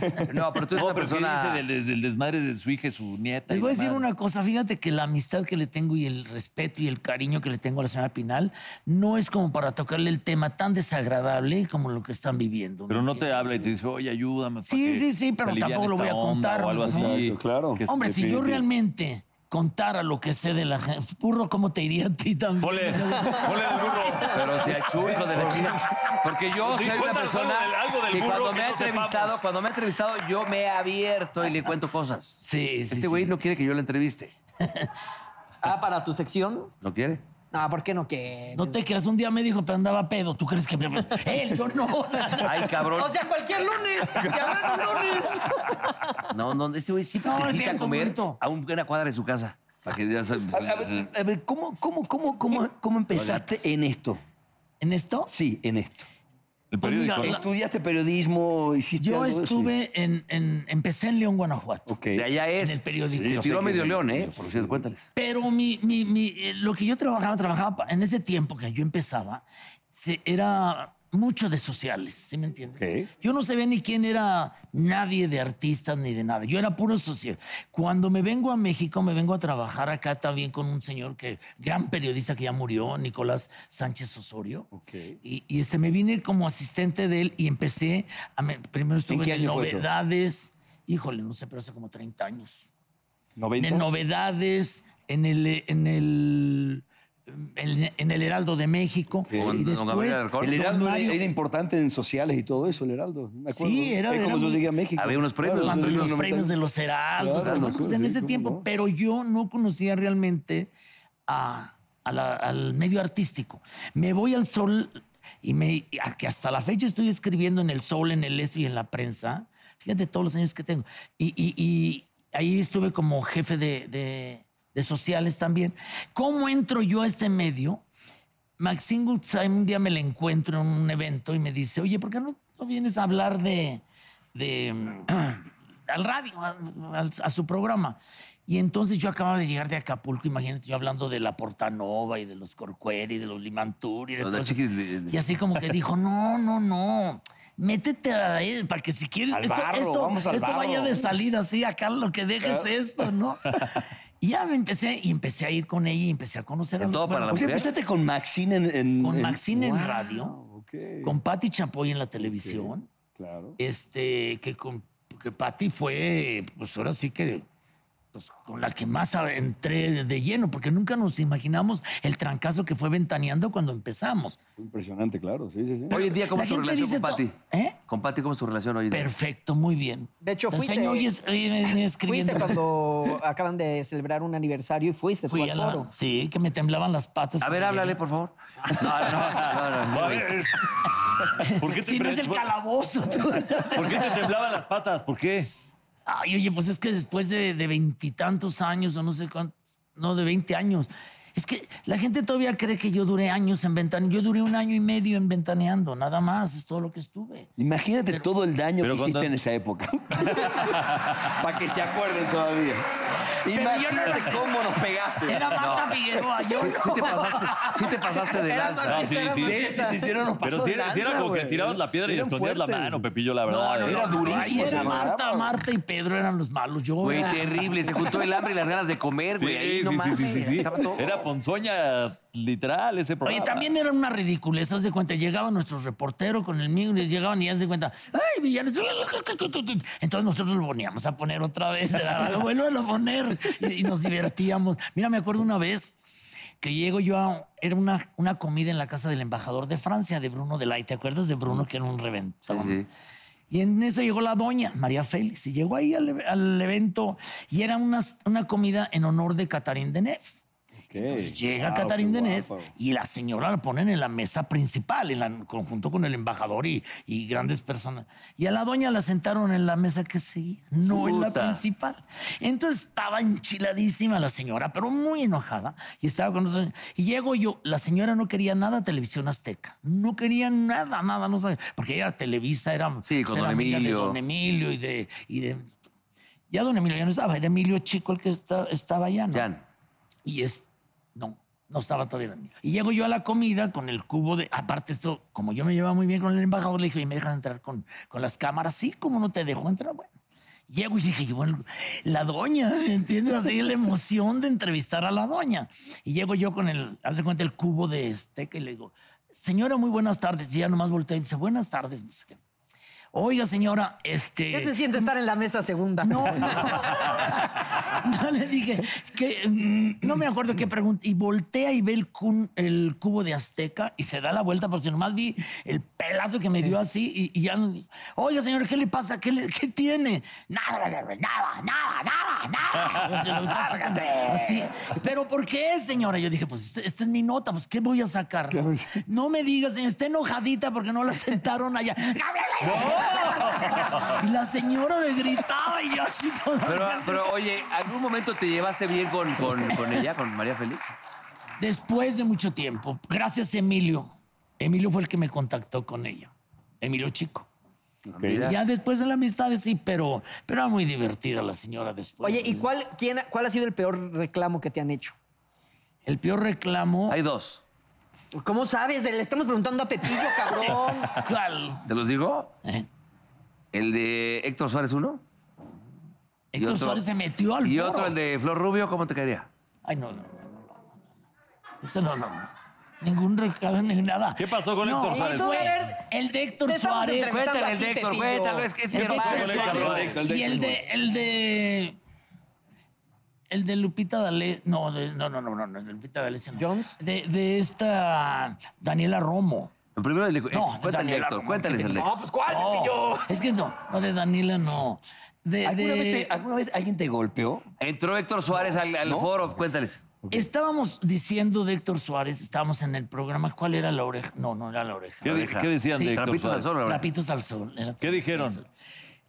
Sofía? ella? No, pero tú eres No, una pero ¿qué dice persona... del, del desmadre de su hija y su nieta? Les y voy a la decir madre? una cosa, fíjate que la amistad que le tengo y el respeto y el cariño que le tengo a la señora Pinal no es como para tocarle el tema tan desagradable como lo que están viviendo. ¿me Pero no te entiendes? habla y te dice, oye, ayúdame. Sí, para que sí, sí, pero se aliviane tampoco lo esta voy a onda contar, O algo ¿no? así. Exacto, claro. Que se- Hombre, si yo definitivo. realmente contara lo que sé de la gente, burro, ¿cómo te iría a ti también? Ponle, ponle el burro. Pero se achú, hijo de la chica. Porque yo Sí, soy una cuéntanos persona algo del- algo del que burro cuando que me ha no sepamos. entrevistado, cuando me ha entrevistado, yo me he abierto y le cuento cosas. Sí, sí. Este güey sí. no quiere que yo le entreviste. Ah, para tu sección. ¿No quiere? Ah, ¿por qué no que? No te creas, un día me dijo, pero andaba pedo. ¿Tú crees que me- él? Yo no. o sea, Ay, cabrón. O sea, cualquier lunes. Te hablan un lunes. No, no, este güey siempre No, te es cita cierto, a comer bonito. a un- una cuadra de su casa. Para que ya sabes- A, a ver, a ver, ¿cómo, cómo, cómo, cómo, cómo empezaste en esto? ¿En esto? Sí, en esto. El Pues mira, periódico. ¿no? la- ¿Estudiaste periodismo? ¿Hiciste Yo algo de eso? estuve en, en- Empecé en León, Guanajuato. Ok. De allá es. En el periódico. Se yo sé tiró a que- medio león, ¿eh? Por cierto, cuéntales. Pero mi, mi- mi- eh, lo que yo trabajaba, trabajaba pa- en ese tiempo que yo empezaba, se- era mucho de sociales, ¿sí me entiendes? Ok. Yo no sabía ni quién era nadie de artistas ni de nada. Yo era puro social. Cuando me vengo a México, me vengo a trabajar acá también con un señor que, gran periodista que ya murió, Nicolás Sánchez Osorio. Y, y, este, me vine como asistente de él y empecé, a me- primero estuve qué en, año fue eso? novedades. Híjole, no sé, pero hace como 30 años ¿Noventas? en novedades, en el, en el, en, en el Heraldo de México. Con don Y después, Gabriel Alarcón. El Heraldo Don era- Mario- era importante en sociales y todo eso, el Heraldo. Me acuerdo. Sí, era- Es era como yo muy- llegué a México. Había unos premios, Claro, ¿no? yo cuando llegué los en premios de 90. los Heraldos, Claro, hermanos, me acuerdo, en sí, ese cómo tiempo. no. Pero yo no conocía realmente a- a la- al medio artístico. Me voy al sol y me y a- que hasta la fecha estoy escribiendo en el sol, en el esto y en la prensa. Fíjate todos los años que tengo. Y, y- y ahí estuve como jefe de, de- de sociales también. ¿Cómo entro yo a este medio? Maxine Gutzheim un día me la encuentro en un evento y me dice, oye, ¿por qué no, no vienes a hablar de, de, mm, al radio, a, al- a su programa? Y entonces yo acababa de llegar de Acapulco, imagínate, yo hablando de la Portanova y de los Corcuera y de los Limanturi. y de Los todo de eso. Chiquis de- de- Y así como que dijo, no, no, no, métete a él para que si quieres, Al esto, barro, esto- vamos al esto barro. vaya de salida así, acá lo que dejes esto, ¿no? Y ya me empecé, y empecé a ir con ella y empecé a conocer a De los- todo para la O sea, mujer. empezaste con Maxine en... en- con Eh, en- Maxine en Wow, radio, ok. con Patti Chapoy en la televisión, Claro. este, que, con, que Patti fue, pues ahora sí que, pues con la que más a- entré de lleno, porque nunca nos imaginamos el trancazo que fue ventaneando cuando empezamos. Fue Impresionante, claro. Sí, sí, sí. Hoy en día, ¿cómo La es tu gente relación dice con Pati? to- ¿Eh? Con Pati, ¿cómo es tu relación hoy? en día? Perfecto, muy bien. De hecho, fuiste- Enseño, hoy es- hoy me- me escribiendo. Fuiste cuando acaban de celebrar un aniversario y fuiste Fui tú a al la- foro. Sí, que me temblaban las patas. A ver, cuando háblale, llegué. por favor. No, no, no, no, no, A ver, ¿Por qué te, Si no es el calabozo. tú. ¿Por qué te temblaban las patas? ¿Por qué? Ay, oye, pues es que después de de veintitantos años, o no sé cuánto, no, de 20 años. Es que la gente todavía cree que yo duré años en ventaneando. Yo duré un año y medio en ventaneando, nada más, es todo lo que estuve. Imagínate todo el daño que Pero hiciste cuando- en esa época. Para que se acuerden todavía. yo no Imagínate era- cómo nos pegaste. Era Marta Figueroa, yo Sí, no. sí te pasaste, sí te pasaste de Era lanza. más- No, sí, era sí. más- Sí, sí, sí, sí, no nos pasó Pero si de era, sí era lanza, como que güey. tirabas la piedra y Eran escondías la fuertes. mano, Pepillo, la No, verdad. no, ¿eh? no, Era durísimo, Ahí era se Marta, agarraba. Marta y Pedro eran los malos. Yo Güey, era- terrible. Se juntó el hambre y las ganas de comer, Sí, güey. Ahí sí, no sí, mames, sí, sí, sí. estaba todo. Era ponzoña literal ese programa. Oye, también era una ridiculez, haz de cuenta, llegaban nuestros reporteros con el mío y llegaban y haz de cuenta, ¡ay, villanos! Entonces nosotros lo poníamos a poner otra vez, era, lo vuelvo a poner y, y nos divertíamos. Mira, me acuerdo una vez que llego yo a, era una, una comida en la casa del embajador de Francia, de Bruno Delay, ¿te acuerdas de Bruno que era un reventón? Sí, sí. Y en eso llegó la doña, María Félix, y llegó ahí al, al evento y era una, una comida en honor de Catherine Deneuve. Ok. Ah, Llega Ah, Wow, Catherine qué Deneuve guapa. y la señora la ponen en la mesa principal, en la- conjunto con el embajador y, y grandes personas. Y a la doña la sentaron en la mesa que seguía, no en la Puta. principal. Entonces estaba enchiladísima la señora, pero muy enojada. Y estaba con otros. Y llego yo, la señora no quería nada televisión azteca, no quería nada, nada, no sabía. Porque ella era Televisa, era, Sí, con era don amiga de Emilio. don Emilio y de, y de- Ya don Emilio ya no estaba, era Emilio Chico el que esta- estaba allá, ¿no? Jan, Y es, no, no estaba todavía Daniel. Y llego yo a la comida con el cubo de, aparte esto, como yo me llevaba muy bien con el embajador, le dije, ¿y me dejan entrar con, con las cámaras? Sí, como no te dejo entrar, bueno. Llego y dije, y bueno, la doña, ¿entiendes? Así la emoción de entrevistar a la doña. Y llego yo con el, haz de cuenta, el cubo de este, que le digo, señora, muy buenas tardes. Y ya nomás voltea y dice, buenas tardes. no sé qué. Oiga, señora, este... ¿Qué se siente estar en la mesa segunda? No, no. No le dije que mm, no me acuerdo qué pregunta. Y voltea y ve el, cun- el cubo de Azteca y se da la vuelta por si nomás vi el pelazo que me dio así y, y ya. no- Oiga, señor, ¿qué le pasa? ¿Qué, le- qué tiene? Nada, nada, nada, nada, nada. Así. Pero ¿por qué, señora? Yo dije, pues este- esta es mi nota, pues ¿qué voy a sacar? No me digas, señor, está enojadita porque no la sentaron allá. Y la señora me gritaba y yo así todo. Pero, pero oye, ¿algún momento te llevaste bien con, con, con ella, con María Félix? Después de mucho tiempo, gracias a Emilio. Emilio fue el que me contactó con ella. Emilio Chico. Ok. Ya después de la amistad, sí, pero, pero era muy divertida la señora después. Oye, ¿y cuál, quién, cuál ha sido el peor reclamo que te han hecho? El peor reclamo. Hay dos. ¿Cómo sabes? Le estamos preguntando a Pepillo, cabrón. ¿Cuál? ¿Te los digo? ¿Eh? El de Héctor Suárez, uno. Héctor otro- Suárez se metió al Y foro. otro, el de Flor Rubio, ¿cómo te caería? Ay, no, no, no, no, no, no. Ese no, no, no. Ningún recado ni nada. ¿Qué pasó con Héctor y Suárez? tú, Fue- a ver, el de Héctor te estamos Suárez. entrevistando Cuéntale el aquí, de Héctor, Pepillo. cuéntalo, es que es mi El de hermano. Héctor ese Suárez. cabrón. el de Y el de, el de. El de Lupita D'Alessio. No, de- no, no, no, no, no, el de Lupita D'Alessio. no. ¿Jones? De, de esta Daniela Romo. Lo primero, el de. No, cuéntale, Daniela Héctor, Ramón, cuéntales ¿qué el te- de. pues ¿cuál, No, es que no, no, de Daniela no. De, ¿Alguna, de- vez te- alguna vez alguien te golpeó? Entró Héctor Suárez al, al foro, cuéntales. Estábamos diciendo de Héctor Suárez, estábamos en el programa, ¿cuál era la oreja? No, no era la oreja. ¿Qué, di- Oreja. qué decían Sí. de Héctor Trapitos al Suárez? sol, ahora. Trapitos al sol. era ¿Qué Trapitos dijeron? al Sol.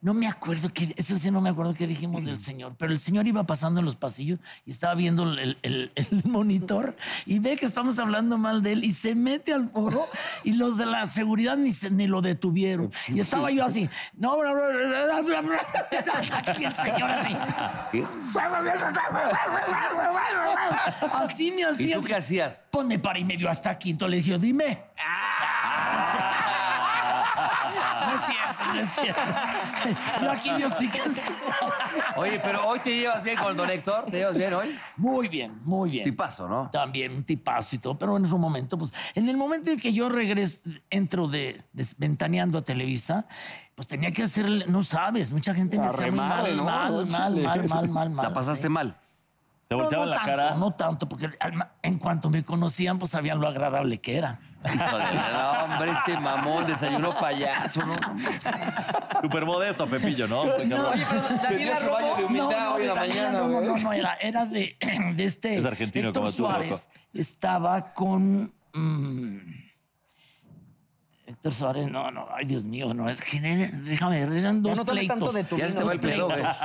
No me acuerdo, qué, eso sí no me acuerdo qué dijimos del señor, pero el señor iba pasando en los pasillos y estaba viendo el, el- el monitor y ve que estamos hablando mal de él y se mete al foro y los de la seguridad ni, se- ni lo detuvieron. Y estaba yo así, no, bla, bla, bla, bla, bla, bla. Y el señor así. Así me ¿Y hacía. tú qué hacías? Pues me paré y me vio hasta aquí, entonces le dije, dime. No es cierto, no es cierto. Yo aquí yo sí que Oye, pero hoy te llevas bien con don Héctor, te llevas bien hoy. Muy bien, muy bien. Tipazo, ¿no? También un tipazo y todo, pero en su momento, pues, en el momento en que yo regreso, entro de, de- ventaneando a Televisa, pues tenía que hacer, no sabes, mucha gente me hacía muy mal, remadre, ¿no? mal, mal, mal, mal, mal, mal. La pasaste sí. mal. Te No, volteaban no la tanto, cara. No tanto, porque al- en cuanto me conocían, pues sabían lo agradable que era. Híjole, no, hombre, este mamón desayunó payaso, ¿no? Súper modesto, Pepillo, ¿no? No, oye, pero dio su baño de humildad hoy en la Daniela mañana, Romo, güey. No, no, era, era de, de este. Es argentino Héctor como tú, Suárez estaba con. mm, Héctor Suárez, no, no, ay Dios mío, no, es que era- déjame ver, eran dos no tomes pleitos. tanto de tu Ya se te va el pedo, ¿ves?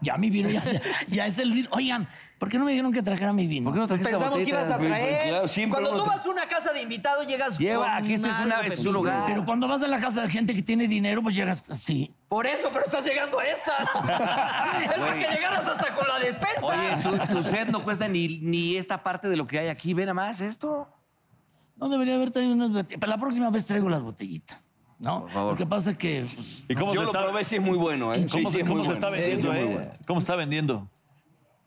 Ya mi vino, ya, ya es el vino. Oigan, ¿por qué no me dijeron que trajera mi vino? ¿Por qué no trajiste la Pensamos que botellita? ibas a güey, traer. claro, siempre Cuando uno tú te- vas a una casa de invitado, llegas. Lleva, con aquí este es algo, una vez su Pepillo. lugar. Pero cuando vas a la casa de gente que tiene dinero, pues llegas así. Por eso, pero estás llegando a esta. es para Güey. que llegaras hasta con la despensa. Oye, tu, tu set no cuesta ni, ni esta parte de lo que hay aquí. Ve nada más esto. No debería haber traído unas botellitas. Para la próxima vez traigo las botellitas, ¿no? favor. Lo que pasa es que. pues, ¿Y cómo Yo se lo está, probé, sí es muy bueno, ¿eh? cómo sí, se- sí es cómo muy se está bueno. vendiendo, Sí, es muy eh? bueno. ¿Cómo está vendiendo?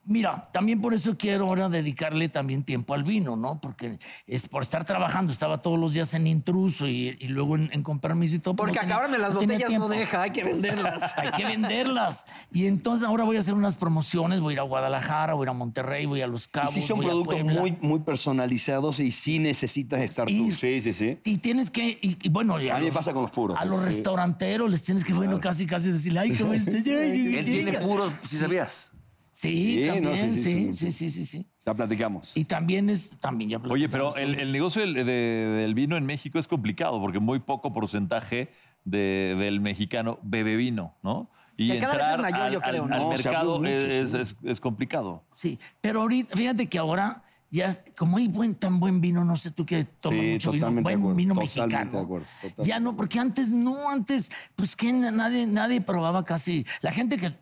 Mira, también por eso quiero ahora dedicarle también tiempo al vino, ¿no? Porque es por estar trabajando, estaba todos los días en intruso y, y luego en, en compromiso y todo. pero Porque no tenía- acabarme las no tenía botellas no tiempo. deja, hay que venderlas. Hay que venderlas. Y entonces ahora voy a hacer unas promociones, voy a ir a Guadalajara, voy a ir a Monterrey, voy a Los Y Cabos. sí son voy a productos Puebla. muy, muy personalizados y sí necesitas estar tú. Ir. Sí, sí, sí. Y tienes que, y, y bueno, y A mí me pasa con los puros. A los Sí. restauranteros les tienes que, bueno, casi, casi decirle, ay, cómo este- Él tiene puros, si sabías. Sí, Sí, no, también, sí, sí, sí, tú- sí, sí, sí, sí. Ya platicamos. Y también es, también ya Oye, pero platicamos el, con- el negocio del, de- del vino en México es complicado porque muy poco porcentaje de- del mexicano bebe vino, ¿no? Y Que cada vez es entrar mayor, al, yo creo, al- ¿no? al No, se habló mercado mucho, es, sí. es- es complicado. Sí, pero ahorita, fíjate que ahora ya, es- como hay buen, tan buen vino, no sé tú que tomas Sí, mucho vino, totalmente buen de acuerdo, vino totalmente mexicano. de acuerdo, totalmente ya de no, acuerdo. porque antes no, antes, pues que nadie, nadie probaba casi. La gente que.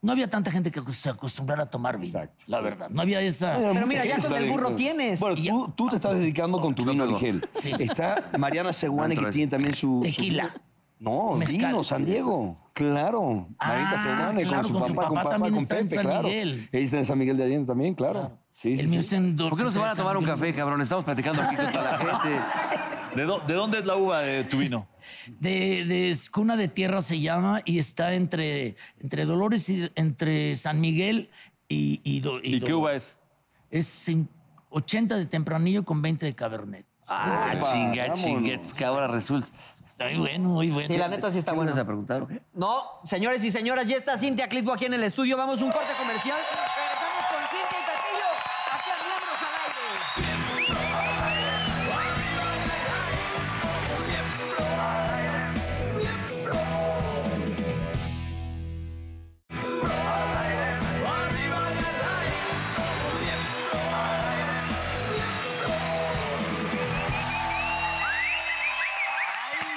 No había tanta gente que se acostumbrara a tomar vino. Exacto. La verdad. No había esa. Pero mira, ya con el burro tienes. Ah, Bueno, tú, tú te estás dedicando con tu vino perdón. Arigel. Sí. Está Mariana Seguane, No, que entra- tiene también su... su- Tequila. No, Mezcal. vino, San Diego. Claro. Marita Ah, Seguane claro, con su papá, con papá, también con está en Pepe, San claro. Miguel. Ella está en San Miguel de Allende también, claro. Sí, sí, el sí. mío es en Dor- ¿Por qué no se van a San tomar un Miguel. café, cabrón? Estamos platicando aquí con toda la gente. ¿De, dó- de dónde es la uva de tu vino? De, de es Cuna de Tierra se llama y está entre, entre Dolores y entre San Miguel y, y, Do- ¿Y qué Dolores. uva es? Es cin- 80 de tempranillo con 20 de cabernet. Ah, Opa, chinga, vámonos. chinga, es que ahora resulta. Está muy bueno, muy bueno. Y la neta sí está ¿Qué bueno. vas a preguntar o qué? No, señores y señoras, ya está Cintia Clitbo aquí en el estudio. Vamos a un corte comercial. Regresamos con Cintia y Pepillo aquí en Miembros al Aire. ¡Ay,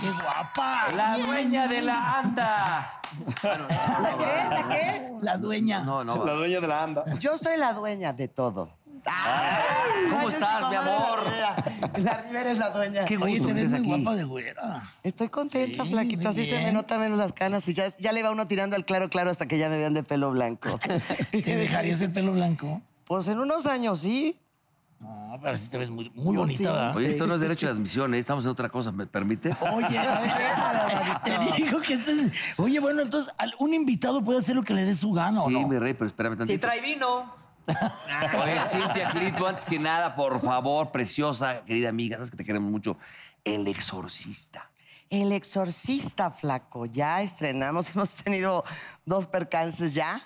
¡Qué guapa! La dueña de la anda. ¿La qué? ¿La qué? La dueña. No, no. La dueña de la anda. Yo soy la dueña de todo. ¿Cómo Esa es estás, mi comadre amor? Rivera. La Rivera es la dueña. Qué Oye, gusto que te ves estés muy aquí. guapa de güera. Estoy contenta, Sí, muy flaquita. Así se me bien. nota menos las canas y ya, ya le va uno tirando al claro, claro hasta que ya me vean de pelo blanco. ¿Te dejarías el pelo blanco? Pues en unos años sí. Pues No, pero sí te ves muy, muy bonita. ¿verdad? Oye, esto no es derecho de admisión, ¿eh? estamos en otra cosa, ¿me permites? Oye, te digo que este es- Oye, bueno, entonces al- un invitado puede hacer lo que le dé su gana, ¿o Sí, no? mi rey, pero espérame Si tantito. trae vino. Oye, Cintia Clito, antes que nada, por favor, preciosa, querida amiga, sabes que te queremos mucho. El exorcista. El exorcista flaco, ya estrenamos, hemos tenido dos percances ya.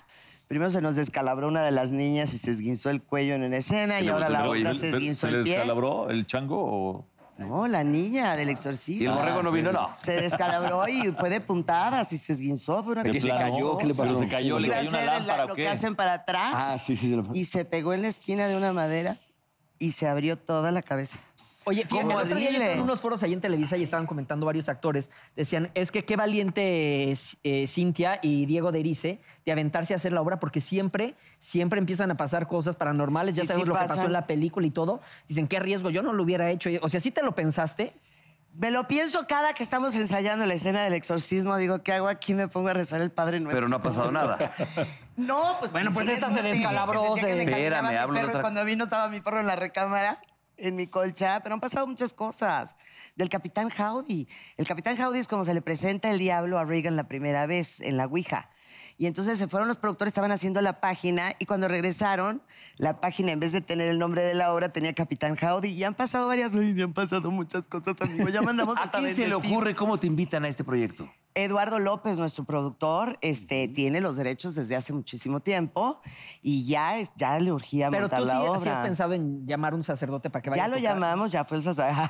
Primero se nos descalabró una de las niñas y se esguinzó el cuello en una escena y ahora la Pero, otra oye, se ¿se- esguinzó se le el pie. descalabró el chango o...? No, la niña del ¿Y el exorcista. borrego no vino, no? Se descalabró y fue de puntadas y se esguinzó. Fue una ¿De que se plano? cayó. ¿Qué le pasó? Pero se cayó, le Iba a cayó una hacer el- lámpara lo o que qué. hacen para atrás. Ah, sí, sí, se lo- Y se pegó en la esquina de una madera y se abrió toda la cabeza. Oye, fíjate, el ¿Cómo otro día yo dile? estaba en unos foros ahí en Televisa y estaban comentando varios actores. Decían, es que qué valiente es, eh, Cintia y Diego de Erice de aventarse a hacer la obra porque siempre, siempre empiezan a pasar cosas paranormales. Ya Sí, sabemos sí lo que pasó pasan. en la película y todo. Dicen, qué riesgo, yo no lo hubiera hecho. O sea, ¿sí te lo pensaste? Me lo pienso cada que estamos ensayando la escena del exorcismo. Digo, ¿qué hago aquí? Me pongo a rezar el Padre Nuestro. Pero no ha pasado nada. No, pues. Bueno, pues sí, esta es se muy terrible, descalabró, que sentía se- que me Espérame, caminaba mi hablo de perro y otra- Cuando vino estaba mi perro en la recámara, en mi colcha, pero han pasado muchas cosas. Del Capitán Howdy. El Capitán Howdy es como se le presenta el diablo a Reagan la primera vez en la Ouija. Y entonces se fueron los productores, estaban haciendo la página y cuando regresaron, la página en vez de tener el nombre de la obra tenía Capitán Howdy y han pasado varias, ay, han pasado muchas cosas, amigo. Ya mandamos ¿A hasta quién se le bendecir. ocurre cómo te invitan a este proyecto? Eduardo López, nuestro productor, este, tiene los derechos desde hace muchísimo tiempo y ya, es- ya le urgía Pero montar tú sí, la obra. sí has pensado en llamar a un sacerdote para que vaya ya a lo tocar. llamamos, ya fue el sacerdote.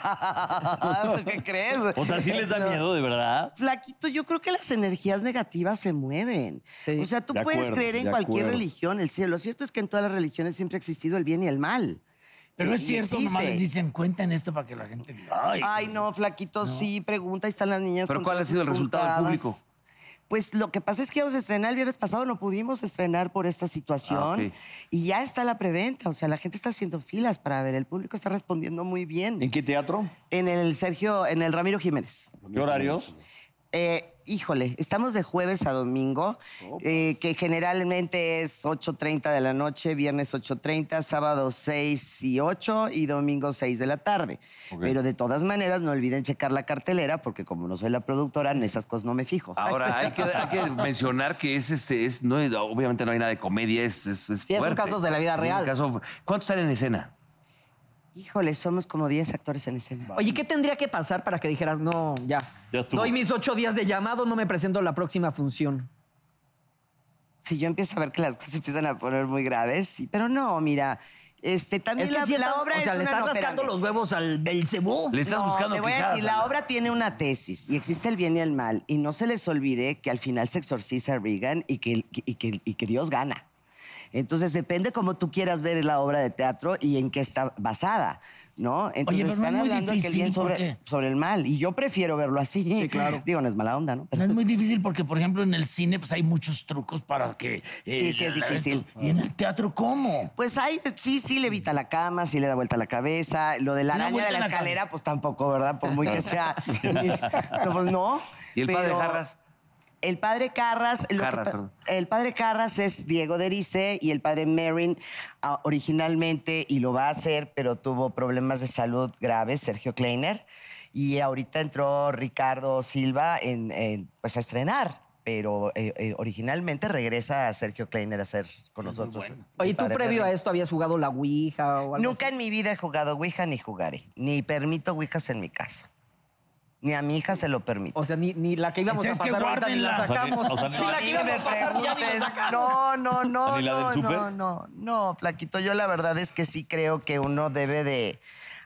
¿Tú qué crees? O sea, sí les da miedo, de verdad. Flaquito, yo creo que las energías negativas se mueven. Sí. O sea, tú De puedes acuerdo, creer en de cualquier acuerdo. religión, el cielo. Lo cierto es que en todas las religiones siempre ha existido el bien y el mal. Pero es Y cierto, nomás existe. les dicen, cuenten esto para que la gente diga, ay. Ay, no, flaquito, sí, pregunta, ahí están las niñas. ¿Pero con cuál todas ha sido sus el resultado del puntadas. público? Pues lo que pasa es que íbamos a estrenar el viernes pasado, no pudimos estrenar por esta situación. Ah, ok. Y ya está la preventa, o sea, la gente está haciendo filas para ver, el público está respondiendo muy ¿En bien. qué teatro? En el Sergio, en el Ramiro Jiménez. ¿Qué horarios? Eh, híjole, estamos de jueves a domingo, eh, que generalmente es 8.30 de la noche, viernes 8.30, sábado 6 y 8 y domingo 6 de la tarde. Pero de todas maneras, no olviden checar la cartelera, porque como no soy la productora, en esas cosas no me fijo. Ahora, hay que, hay que mencionar que es este, es, no, obviamente no hay nada de comedia, es, es, es Sí, son fuerte. casos de la vida Es un real. caso- ¿Cuántos salen en escena? Híjole, somos como 10 actores en escena. Oye, ¿qué tendría que pasar para que dijeras, no, ya, Ya estuvo. doy mis ocho días de llamado, no me presento a la próxima función? Si yo empiezo a ver que las cosas se empiezan a poner muy graves, sí, pero no, mira, este también Es que la, si la estás- obra o sea, es le una estás no, rascando espérame. los huevos al Belcebú. Le estás No, buscando te voy a quijadas decir, a la obra tiene una tesis y existe el bien y el mal. Y no se les olvide que al final se exorciza a Regan y que, y que, y que Dios gana. Entonces depende cómo tú quieras ver la obra de teatro y en qué está basada, ¿no? Entonces pero no es están muy hablando que el difícil, bien ¿por qué? sobre, sobre el mal. Y yo prefiero verlo así. claro. Digo, no es mala onda, ¿no? Pero- No es muy difícil porque, por ejemplo, en el cine pues hay muchos trucos para que... eh, Sí, sí, es la- difícil. ¿Y en el teatro cómo? Pues ahí sí, sí le evita la cama, sí le da vuelta la cabeza. Lo de la Sí, da araña vuelta de la la escalera, cabeza. pues tampoco, ¿verdad? Por muy que sea. No, pues no. ¿Y el padre pero Jarras? El padre Carras. lo que Carras, pa- perdón. el padre Carras es Diego Derice y el padre Merrin ah, originalmente, y lo va a hacer, pero tuvo problemas de salud graves, Sergio Kleiner. Y ahorita entró Ricardo Silva en, en, pues, a estrenar, pero eh, eh, originalmente regresa Sergio Kleiner a ser con nosotros. Oye, El ¿tú padre previo Merrin. a esto habías jugado la Ouija o algo Nunca así? en mi vida he jugado Ouija ni jugaré. Ni permito Ouijas en mi casa. Ni a mi hija se lo permito. O sea, ni, ni la que íbamos a Tienes que pasar ahorita ni la guárdenla. sacamos. O sea, ni- Sí, o sea, la A que mí íbamos me a pasar ya ni la pregunten. sacamos. No, no, no. ¿Ni la del no, súper? no, no, no, Flaquito. Yo la verdad es que sí creo que uno debe de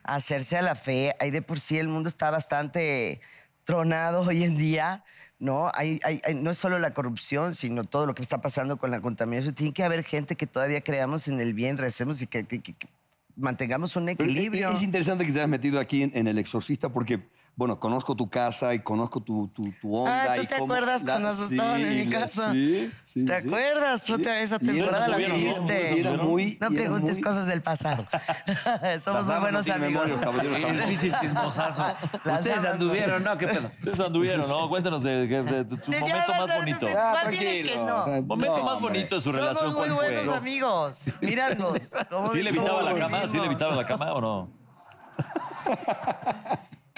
hacerse a la fe. Ahí de por sí el mundo está bastante tronado hoy en día, ¿no? Hay, hay- hay- no es solo la corrupción, sino todo lo que está pasando con la contaminación. Tiene que haber gente que todavía creamos en el bien, recemos y que, que- que- que mantengamos un Pero Eh, es- equilibrio. Es, interesante que te hayas metido aquí en, en El Exorcista porque bueno, conozco tu casa y conozco tu, tu, tu onda. Ah, ¿tú y te cómo- acuerdas la- cuando sí, estaban en mi la- casa? Sí, sí, ¿Te sí. acuerdas? Tú te- esa Y era temporada la muy- viviste. y era muy- no y era preguntes muy- cosas del pasado. Somos muy damas no buenos tienen amigos. memoria, caballero, El tampoco. pinche chismosazo. Las Ustedes damas no. anduvieron, ¿no? ¿Qué pedo? Ustedes anduvieron, ¿no? Cuéntanos de, de- de tu, tu Ya momento vas más a ver, bonito. no ¿Cuál tienes que no? Ah, tranquilo. Momento No, más hombre. bonito de su relación, Somos muy ¿cuál buenos fue? amigos. Míranos. ¿Cómo ¿Sí le ves cómo evitaba la cama? ¿Sí le vivimos? evitaba la cama o no?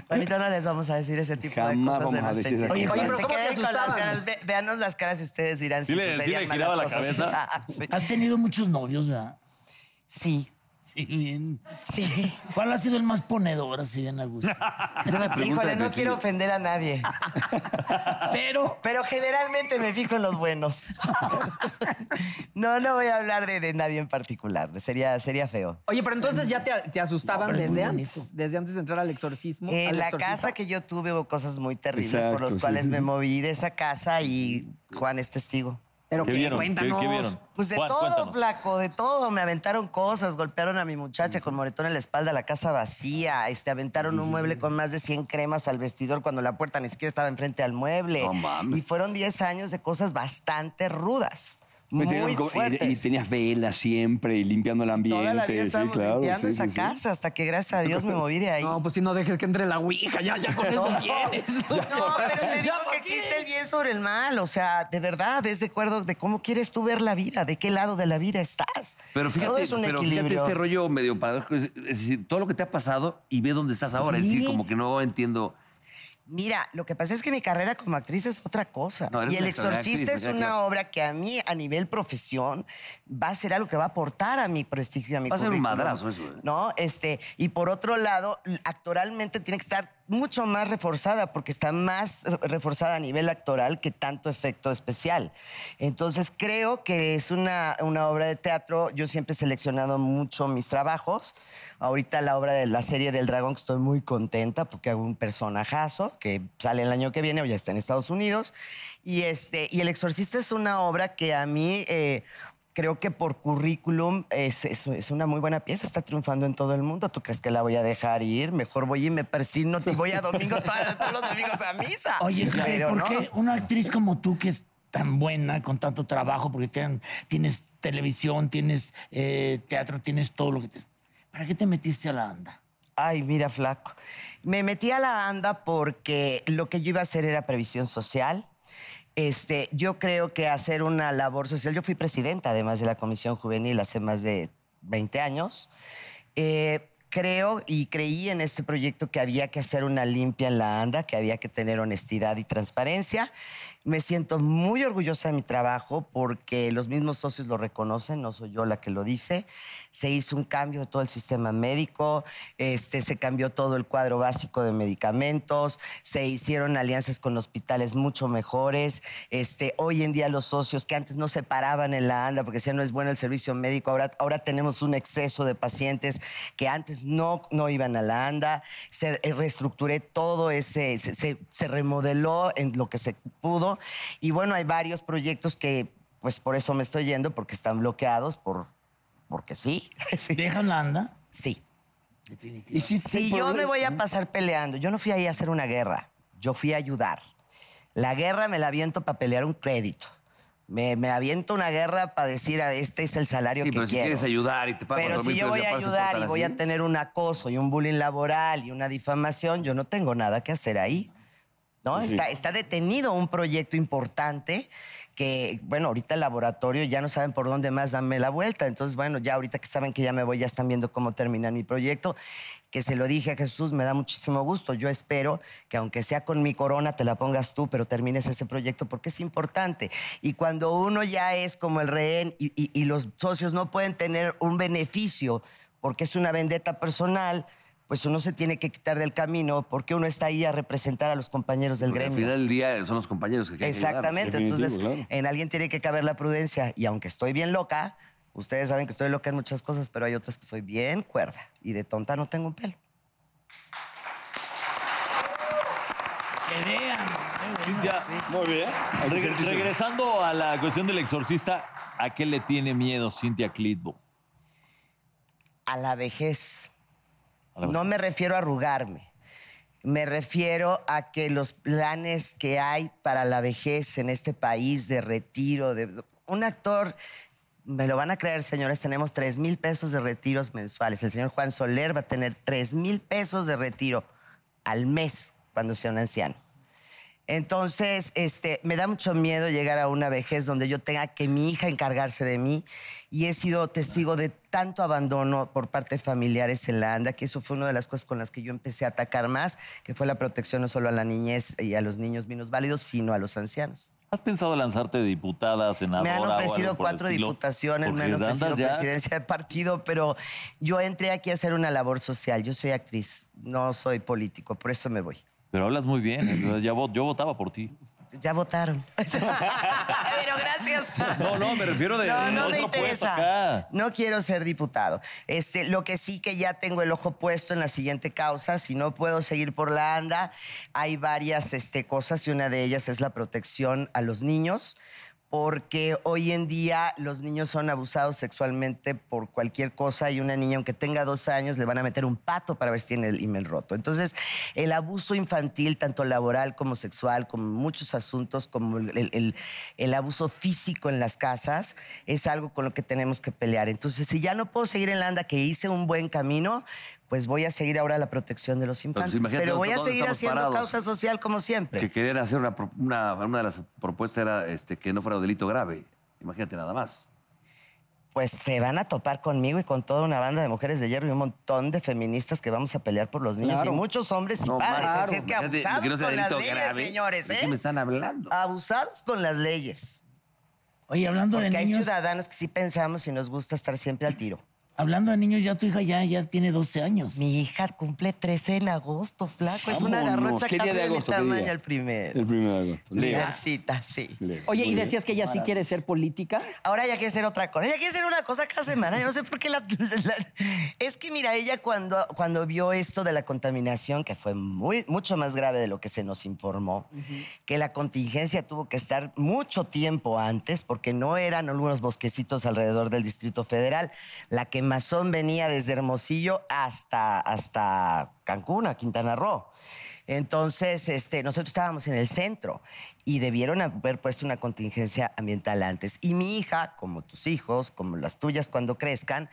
Juanito, no les vamos a decir ese tipo Jamás de cosas vamos en a las decir esa entrevistas. Oye, cosa. pero Oye, pero ¿cómo se te queden con las asustaban? caras. Ve- véanos las caras y ustedes dirán si ¿Sí le- sí sucedían le malas giraba la cosas. cabeza? Ah, sí. ¿Has tenido muchos novios, verdad? Sí, Sí, bien. sí. ¿Cuál ha sido el más ponedor, así bien a gusto? Híjole, no quiero ofender a nadie. Pero Pero generalmente me fijo en los buenos. No, no voy a hablar de, de nadie en particular. Sería, sería feo. Oye, pero entonces ya te, te asustaban No, pero es muy desde bonito. antes, desde antes de entrar al exorcismo. En al la exorcismo. casa que yo tuve hubo cosas muy terribles por Exacto, los sí, cuales sí, me sí. moví de esa casa y Juan es testigo. Pero ¿Qué ¿qué? vieron? ¿Qué- ¿Qué, Cuéntanos. vieron? Pues de Juan, todo, cuéntanos. flaco, de todo. Me aventaron cosas, golpearon a mi muchacha con moretón en la espalda, la casa vacía, este, aventaron un mueble con más de 100 cremas al vestidor cuando la puerta ni siquiera estaba enfrente al mueble. No mames. Y fueron 10 años de cosas bastante rudas, Me muy tenían como- y- fuertes. y, tenías velas siempre y limpiando el ambiente. Toda la vida sí, estábamos claro. limpiando sí, esa sí, sí. casa hasta que gracias a Dios me moví de ahí. No, pues si no dejes que entre la ouija, ya, ya con eso tienes. No, pero te digo Ya, ¿por que qué? existe el bien sobre el mal. O sea, de verdad, es de acuerdo de cómo quieres tú ver la vida, de qué lado de la vida estás. Pero Todo fíjate, es un pero equilibrio. fíjate este rollo medio paradójico. Es, es decir, todo lo que te ha pasado y ve dónde estás ahora. Es decir, Sí. como que no entiendo. Mira, lo que pasa es que mi carrera como actriz es otra cosa. No, eres y El una extraordinaria Exorcista actriz, es ya, una claro. obra que a mí, a nivel profesión, va a ser algo que va a aportar a mi prestigio, a mi Va a ser un currículum, madrazo eso, ¿eh? ¿No? Este, y por otro lado, actoralmente tiene que estar mucho más reforzada, porque está más eh, reforzada a nivel actoral que tanto efecto especial. Entonces, creo que es una, una obra de teatro. Yo siempre he seleccionado mucho mis trabajos. Ahorita la obra de la serie del dragón, que estoy muy contenta porque hago un personajazo que sale el año que viene o ya está en Estados Unidos. Y, este, y El Exorcista es una obra que a mí. eh, creo que por currículum es, es- es una muy buena pieza, está triunfando en todo el mundo. ¿Tú crees que la voy a dejar ir? Mejor voy y me persigno y voy a domingo todas- todos los domingos a misa. Oye, es que, Pero ¿por no. qué una actriz como tú que es tan buena, con tanto trabajo, porque tienen- tienes televisión, tienes eh, teatro, tienes todo lo que... Te... ¿Para qué te metiste a la anda? Ay, mira, flaco. Me metí a la anda porque lo que yo iba a hacer era previsión social. Este, yo creo que hacer una labor social, yo fui presidenta además de la Comisión Juvenil hace más de 20 años. Eh, creo y creí en este proyecto que había que hacer una limpia en la ANDA, que había que tener honestidad y transparencia. Me siento muy orgullosa de mi trabajo porque los mismos socios lo reconocen, no soy yo la que lo dice. Se hizo un cambio de todo el sistema médico, este, se cambió todo el cuadro básico de medicamentos, se hicieron alianzas con hospitales mucho mejores. Este, hoy en día los socios que antes no se paraban en la ANDA porque decían no es bueno el servicio médico, ahora, ahora tenemos un exceso de pacientes que antes no, no iban a la ANDA. Se eh, reestructuré todo ese, se, se- se remodeló en lo que se pudo. Y bueno, hay varios proyectos que, pues por eso me estoy yendo, porque están bloqueados, por, porque sí. sí. ¿Dejas la anda? sí. Definitivamente. Y sí, Si por- yo me voy a pasar peleando, yo no fui ahí a hacer una guerra, yo fui a ayudar. La guerra me la aviento para pelear un crédito. Me, me aviento una guerra para decir, "Ah, este es el salario Sí, que pero si quiero. quieres ayudar y te pagan Pero dos si mil yo pesos, voy ya a para ayudar y soportar voy así. a tener un acoso y un bullying laboral y una difamación, yo no tengo nada que hacer ahí. ¿no? Está, está detenido un proyecto importante que, bueno, ahorita el laboratorio ya no saben por dónde más darme la vuelta. Entonces, bueno, ya ahorita que saben que ya me voy, ya están viendo cómo termina mi proyecto. Que se lo dije a Jesús, me da muchísimo gusto. Yo espero que aunque sea con mi corona, te la pongas tú, pero termines ese proyecto porque es importante. Y cuando uno ya es como el rehén y- y- y los socios no pueden tener un beneficio porque es una vendetta personal, pues uno se tiene que quitar del camino porque uno está ahí a representar a los compañeros del Porque Al gremio. final del día son los compañeros que quieren Exactamente, Definitivo, entonces claro. en alguien tiene que caber la prudencia y aunque estoy bien loca, ustedes saben que estoy loca en muchas cosas, pero hay otras que soy bien cuerda y de tonta no tengo un pelo. Que vean. Ya. Muy bien. Reg- regresando a la cuestión del exorcista, ¿a qué le tiene miedo Cintia Clitbo? A la vejez. A la No me refiero a arrugarme. Me refiero a que los planes que hay para la vejez en este país de retiro, de un actor, me lo van a creer, señores, tenemos 3 mil pesos de retiros mensuales. El señor Juan Soler va a tener 3 mil pesos de retiro al mes cuando sea un anciano. Entonces, este, me da mucho miedo llegar a una vejez donde yo tenga que mi hija encargarse de mí y he sido testigo de tanto abandono por parte de familiares en la ANDA, que eso fue una de las cosas con las que yo empecé a atacar más, que fue la protección no solo a la niñez y a los niños minusválidos, sino a los ancianos. ¿Has pensado lanzarte de diputada, senadora? Me han o algo ofrecido por el cuatro estilo? diputaciones, me Porque han andas ofrecido ya- presidencia de partido, pero yo entré aquí a hacer una labor social. Yo soy actriz, no soy político, por eso me voy. Pero hablas muy bien. ¿eh? Ya vo- yo votaba por ti. Ya votaron. pero gracias. No, no, me refiero de No, no otro me puesto interesa. acá. No quiero ser diputado. Este, lo que sí que ya tengo el ojo puesto en la siguiente causa, si no puedo seguir por la anda, hay varias este, cosas y una de ellas es la protección a los niños. Porque hoy en día los niños son abusados sexualmente por cualquier cosa y una niña, aunque tenga dos años, le van a meter un pato para ver si tiene el email roto. Entonces, el abuso infantil, tanto laboral como sexual, como muchos asuntos, como el, el- el- el abuso físico en las casas, es algo con lo que tenemos que pelear. Entonces, si ya no puedo seguir en la anda, que hice un buen camino, pues voy a seguir ahora la protección de los infantes. imagínate Pero voy a dónde seguir estamos haciendo parados. causa social como siempre. Que querían hacer una, pro- una, una de las propuestas era este, que no fuera un delito grave. Imagínate nada más. pues se van a topar conmigo y con toda una banda de mujeres de hierro y un montón de feministas que vamos a pelear por los niños Claro. y muchos hombres y No, padres. claro, Así es que imagínate, abusados que no sea con las delito leyes, grave. señores. ¿De ¿eh? qué me están hablando? Abusados con las leyes. Oye, hablando Porque de hay niños, ciudadanos que sí pensamos y nos gusta estar siempre al tiro. hablando de niños, ya tu hija ya, ya tiene 12 años. Mi hija cumple 13 en agosto, flaco. Es una Vámonos. garrocha ¿Qué día casi de de mi agosto? ¿Qué tamaño día? el primero. El primero de agosto. Leo. Lidercita, sí. Leo. Oye, y decías que ella sí quiere ser política. Ahora ella quiere hacer otra cosa. Ella quiere hacer una cosa cada semana. Yo no sé por qué la. la- Es que, mira, ella cuando, cuando vio esto de la contaminación, que fue muy, mucho más grave de lo que se nos informó, que la contingencia tuvo que estar mucho tiempo antes, porque no eran algunos bosquecitos alrededor del Distrito Federal. La quemazón venía desde Hermosillo hasta, hasta Cancún, a Quintana Roo. Entonces, este, nosotros estábamos en el centro y debieron haber puesto una contingencia ambiental antes. Y mi hija, como tus hijos, como las tuyas cuando crezcan,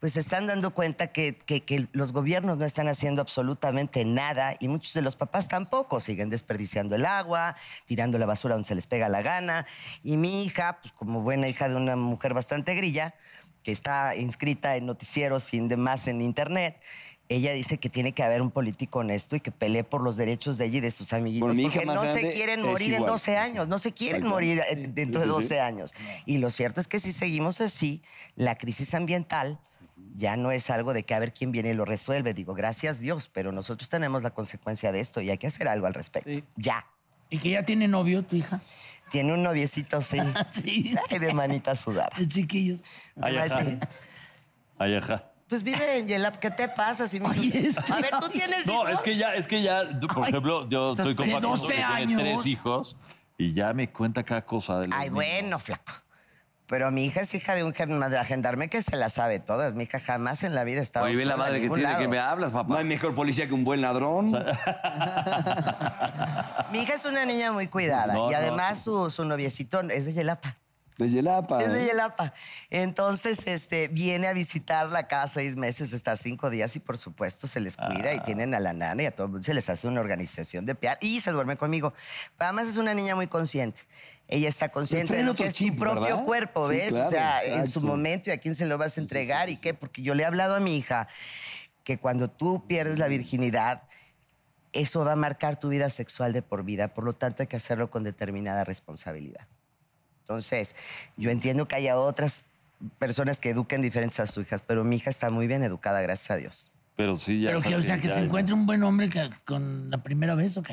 pues se están dando cuenta que, que- que los gobiernos no están haciendo absolutamente nada y muchos de los papás tampoco. Siguen desperdiciando el agua, tirando la basura donde se les pega la gana. Y mi hija, pues como buena hija de una mujer bastante grilla, que está inscrita en noticieros y en demás en internet, ella dice que tiene que haber un político honesto y que pelee por los derechos de ella y de sus amiguitos. Bueno, mi hija porque más no se grande quieren es morir en igual, 12 es años, igual. no se Tal quieren cual. morir eh, Sí, dentro sí, de sí. 12 años. Y lo cierto es que si seguimos así, la crisis ambiental ya no es algo de que a ver quién viene y lo resuelve. Digo, gracias Dios, pero nosotros tenemos la consecuencia de esto y hay que hacer algo al respecto. Ya. Y que ya tiene novio tu hija. Tiene un noviecito, sí. Sí. Ay, de manita sudada. Los chiquillos. Ay, Además, ajá. sí. Ay, ajá. Pues vive en Yelap, ¿qué te pasa? Si me- este- A ver, tú tienes No, hijos? es que ya, es que ya, yo, por ejemplo, yo estoy con de Facundo, 12 que tiene años. tres hijos y ya me cuenta cada cosa de los Ay, niños. bueno, flaco. Pero mi hija es hija de un gen- de la gendarme que se la sabe todas. Mi hija jamás en la vida estaba. Oye, ve la sola en madre que ningún tiene, lado. que me hablas, No papá. hay mejor policía que un buen ladrón. Mi hija es una niña muy cuidada. No, y no. además su, su noviecito es de Yelapa. de Yelapa. Es de ¿eh? Yelapa. Entonces, este, viene a visitarla cada seis meses, está cinco días y por supuesto se les cuida Ah. y tienen a la nana y a todo el mundo se les hace una organización de piar y se duerme conmigo. Pero además es una niña muy consciente. Ella está consciente traen de lo otro que es su chip, propio ¿verdad? cuerpo, Sí, ¿ves? o claro, sea, en su exacto. momento y a quién se lo vas a entregar y qué, porque yo le he hablado a mi hija que cuando tú pierdes la virginidad, eso va a marcar tu vida sexual de por vida, por lo tanto hay que hacerlo con determinada responsabilidad. Entonces, yo entiendo que haya otras personas que eduquen diferentes a sus hijas, pero mi hija está muy bien educada, gracias a Dios. Pero sí, ya. Pero que, o sabes sea, que ya- se encuentre un buen hombre que- con la primera vez, ¿ok?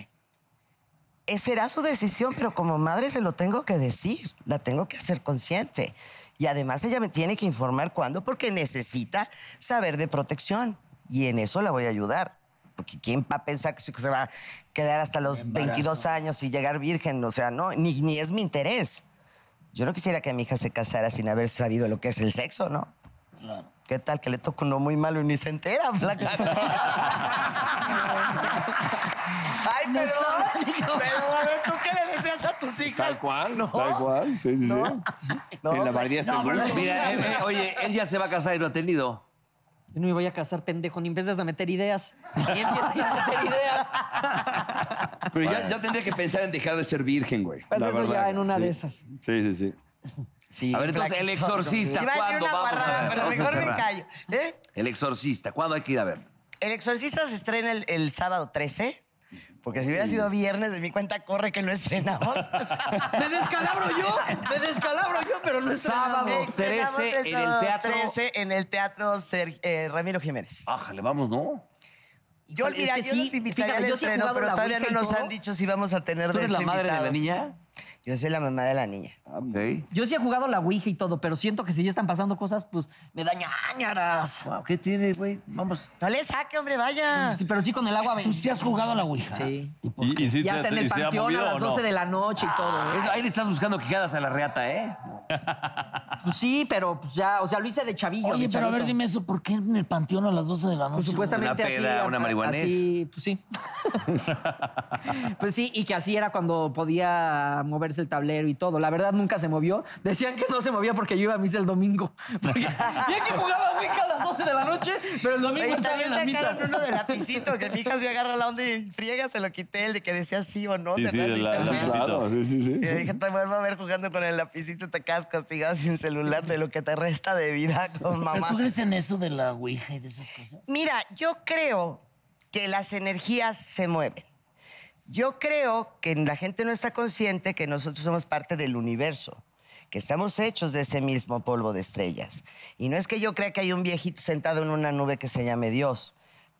Eh, Será su decisión, pero como madre se lo tengo que decir, la tengo que hacer consciente. Y además ella me tiene que informar cuándo, porque necesita saber de protección. Y en eso la voy a ayudar. Porque ¿quién va a pensar que su hijo se va a quedar hasta los 22 años y llegar virgen? O sea, no, ni, ni es mi interés. Yo no quisiera que mi hija se casara sin haber sabido lo que es el sexo, ¿no? ¿Qué tal? Que le toca uno muy malo y ni se entera, flaca. Ay, pero, pero a ver, ¿tú qué le deseas a tus hijas? Tal cual, ¿no? Tal cual, sí, sí, sí. No, en la bardilla está Bueno, envuelto. mira, él- él- oye, él ya se va a casar y lo ha tenido. Yo no me voy a casar, pendejo, ni empiezas a meter ideas. Ni empiezas a meter ideas. Pero ya, ya tendría que pensar en dejar de ser virgen, güey. Pues La eso verdad, ya en una de sí. esas. Sí, sí, sí. Sí, A ver, entonces, El flaquito. Exorcista, Iba a decir ¿cuándo? una Vamos a guarrada, ver, pero vamos a mejor me cerrar. callo. ¿Eh? El exorcista, ¿cuándo hay que ir a ver? El Exorcista se estrena el, el sábado 13. Porque si hubiera sido viernes, de mi cuenta corre que no estrenamos. Me descalabro yo, me descalabro yo, pero no es Sábado Estrenamos 13 en el sábado teatro. 13 en el teatro Ser- eh, Ramiro Jiménez. Ájale, vamos, ¿no? Yo, Híjole, mira, es que yo sí, los invitaría fíjate, al yo sí he estreno, jugado pero la todavía no Ouija y nos todo. han dicho si vamos a tener ¿Tú eres de la hecho madre de la invitados. niña? Yo soy la mamá de la niña. Ok. Yo sí he jugado la Ouija y todo, pero siento que si ya están pasando cosas, pues me daña ñaras. Wow, ¿Qué tiene, güey? Vamos. No le saque, hombre, vaya. Sí, pero sí con el agua. Ah. ¿Tú sí has jugado a la Ouija? Sí. Y, y sí Y te- hasta en te- el y sí ha panteón a movido o las no? 12 de la noche y todo. Ah. ¿eh? Eso, ahí le estás buscando quijadas a la reata, ¿eh? Pues sí, pero pues ya, o sea, lo hice de chavillo. Oye, de pero a ver, chavito. dime eso, ¿por qué en el panteón a las 12 de la noche? Pues supuestamente Una peda, así. una a- marihuanés. Así, pues sí. pues sí, y que así era cuando podía moverse el tablero y todo. La verdad, nunca se movió. Decían que no se movía porque yo iba a misa el domingo. Porque ya que jugaba Ouija a las 12 de la noche, pero el domingo Oye, estaba en también la misa. sacaron uno de lapicito, que mi hija se agarra la onda y en friega se lo quité, el de que decía sí o no. Sí, ¿te sí, acuerdas de de la- internet? la- Claro, sí, sí, sí. Y le dije, te vuelvo a ver jugando con el lapicito, te quedas castigado sin celular de lo que te resta de vida con ¿Pero mamá. tú crees en eso de la Ouija y de esas cosas? Mira, yo creo que las energías se mueven. Yo creo que la gente no está consciente que nosotros somos parte del universo, que estamos hechos de ese mismo polvo de estrellas. Y no es que yo crea que hay un viejito sentado en una nube que se llame Dios.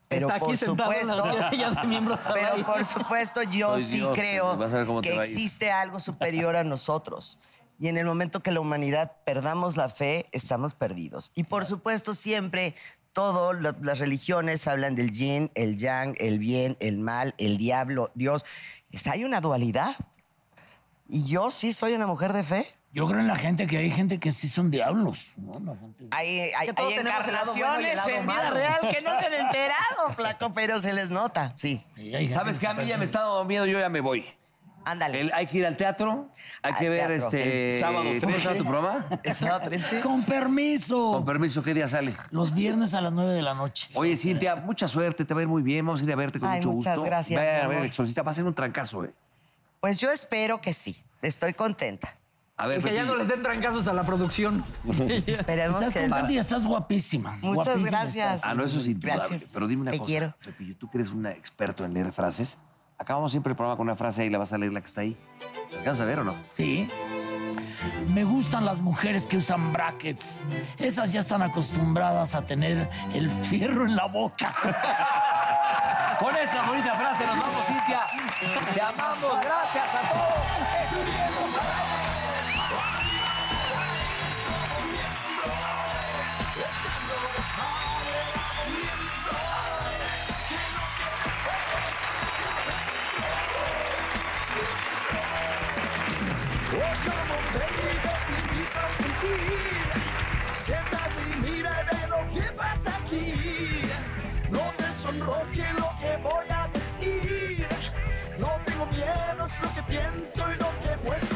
Pero Está por aquí sentado en la supuesto, silla de miembros al aire. pero por supuesto, yo Soy sí Dios, pues, creo vas a ver cómo te que va a ir. existe algo superior a nosotros. Y en el momento que la humanidad perdamos la fe, estamos perdidos. Y por supuesto, siempre todas las religiones hablan del yin, el yang, el bien, el mal, el diablo, Dios. Es- hay una dualidad. Y yo sí soy una mujer de fe. Yo creo en la gente que hay gente que sí son diablos. ¿no? La gente- Hay, hay, Que todos hay tenemos el lado bueno y el encarnaciones lado en vida malo. real que no se han enterado, flaco, pero se les nota. Sí, y hay gente ¿Sabes que qué? A se mí ya parece- me está dando miedo, yo ya me voy. ándale. El- hay que ir al teatro, hay Al que ver teatro. este. El sábado ¿Cómo 13. se llama tu programa? El sábado 13. Con permiso. Con permiso, ¿qué día sale? Los viernes a las 9 de la noche. Oye, Cintia, mucha suerte, te va a ir muy bien, vamos a ir a verte con Ay, mucho gusto. muchas gracias, Ve mi a ver, amor. el exorcista va a ser un trancazo, ¿eh? Pues yo espero que sí. Estoy contenta. A ver, Y que ya Pepillo. no les den trancazos a la producción. Esperemos Estás que. contenta y estás guapísima. Muchas Guapísima gracias. estás. Ah, no, eso es indudable. Gracias. Pero dime una Te cosa. quiero. Pepillo, tú que eres un experto en leer frases, acabamos siempre el programa con una frase y la vas a leer la que está ahí. ¿La alcanzas a ver o no? Sí. Me gustan las mujeres que usan brackets. Esas ya están acostumbradas a tener el fierro en la boca. Con esta bonita frase nos vamos, Cintia. Te amamos, gracias a todos. Siéntate y mira y ve lo que pasa aquí. No te sonroje lo que voy a decir. No tengo miedo, es lo que pienso y lo que muestro.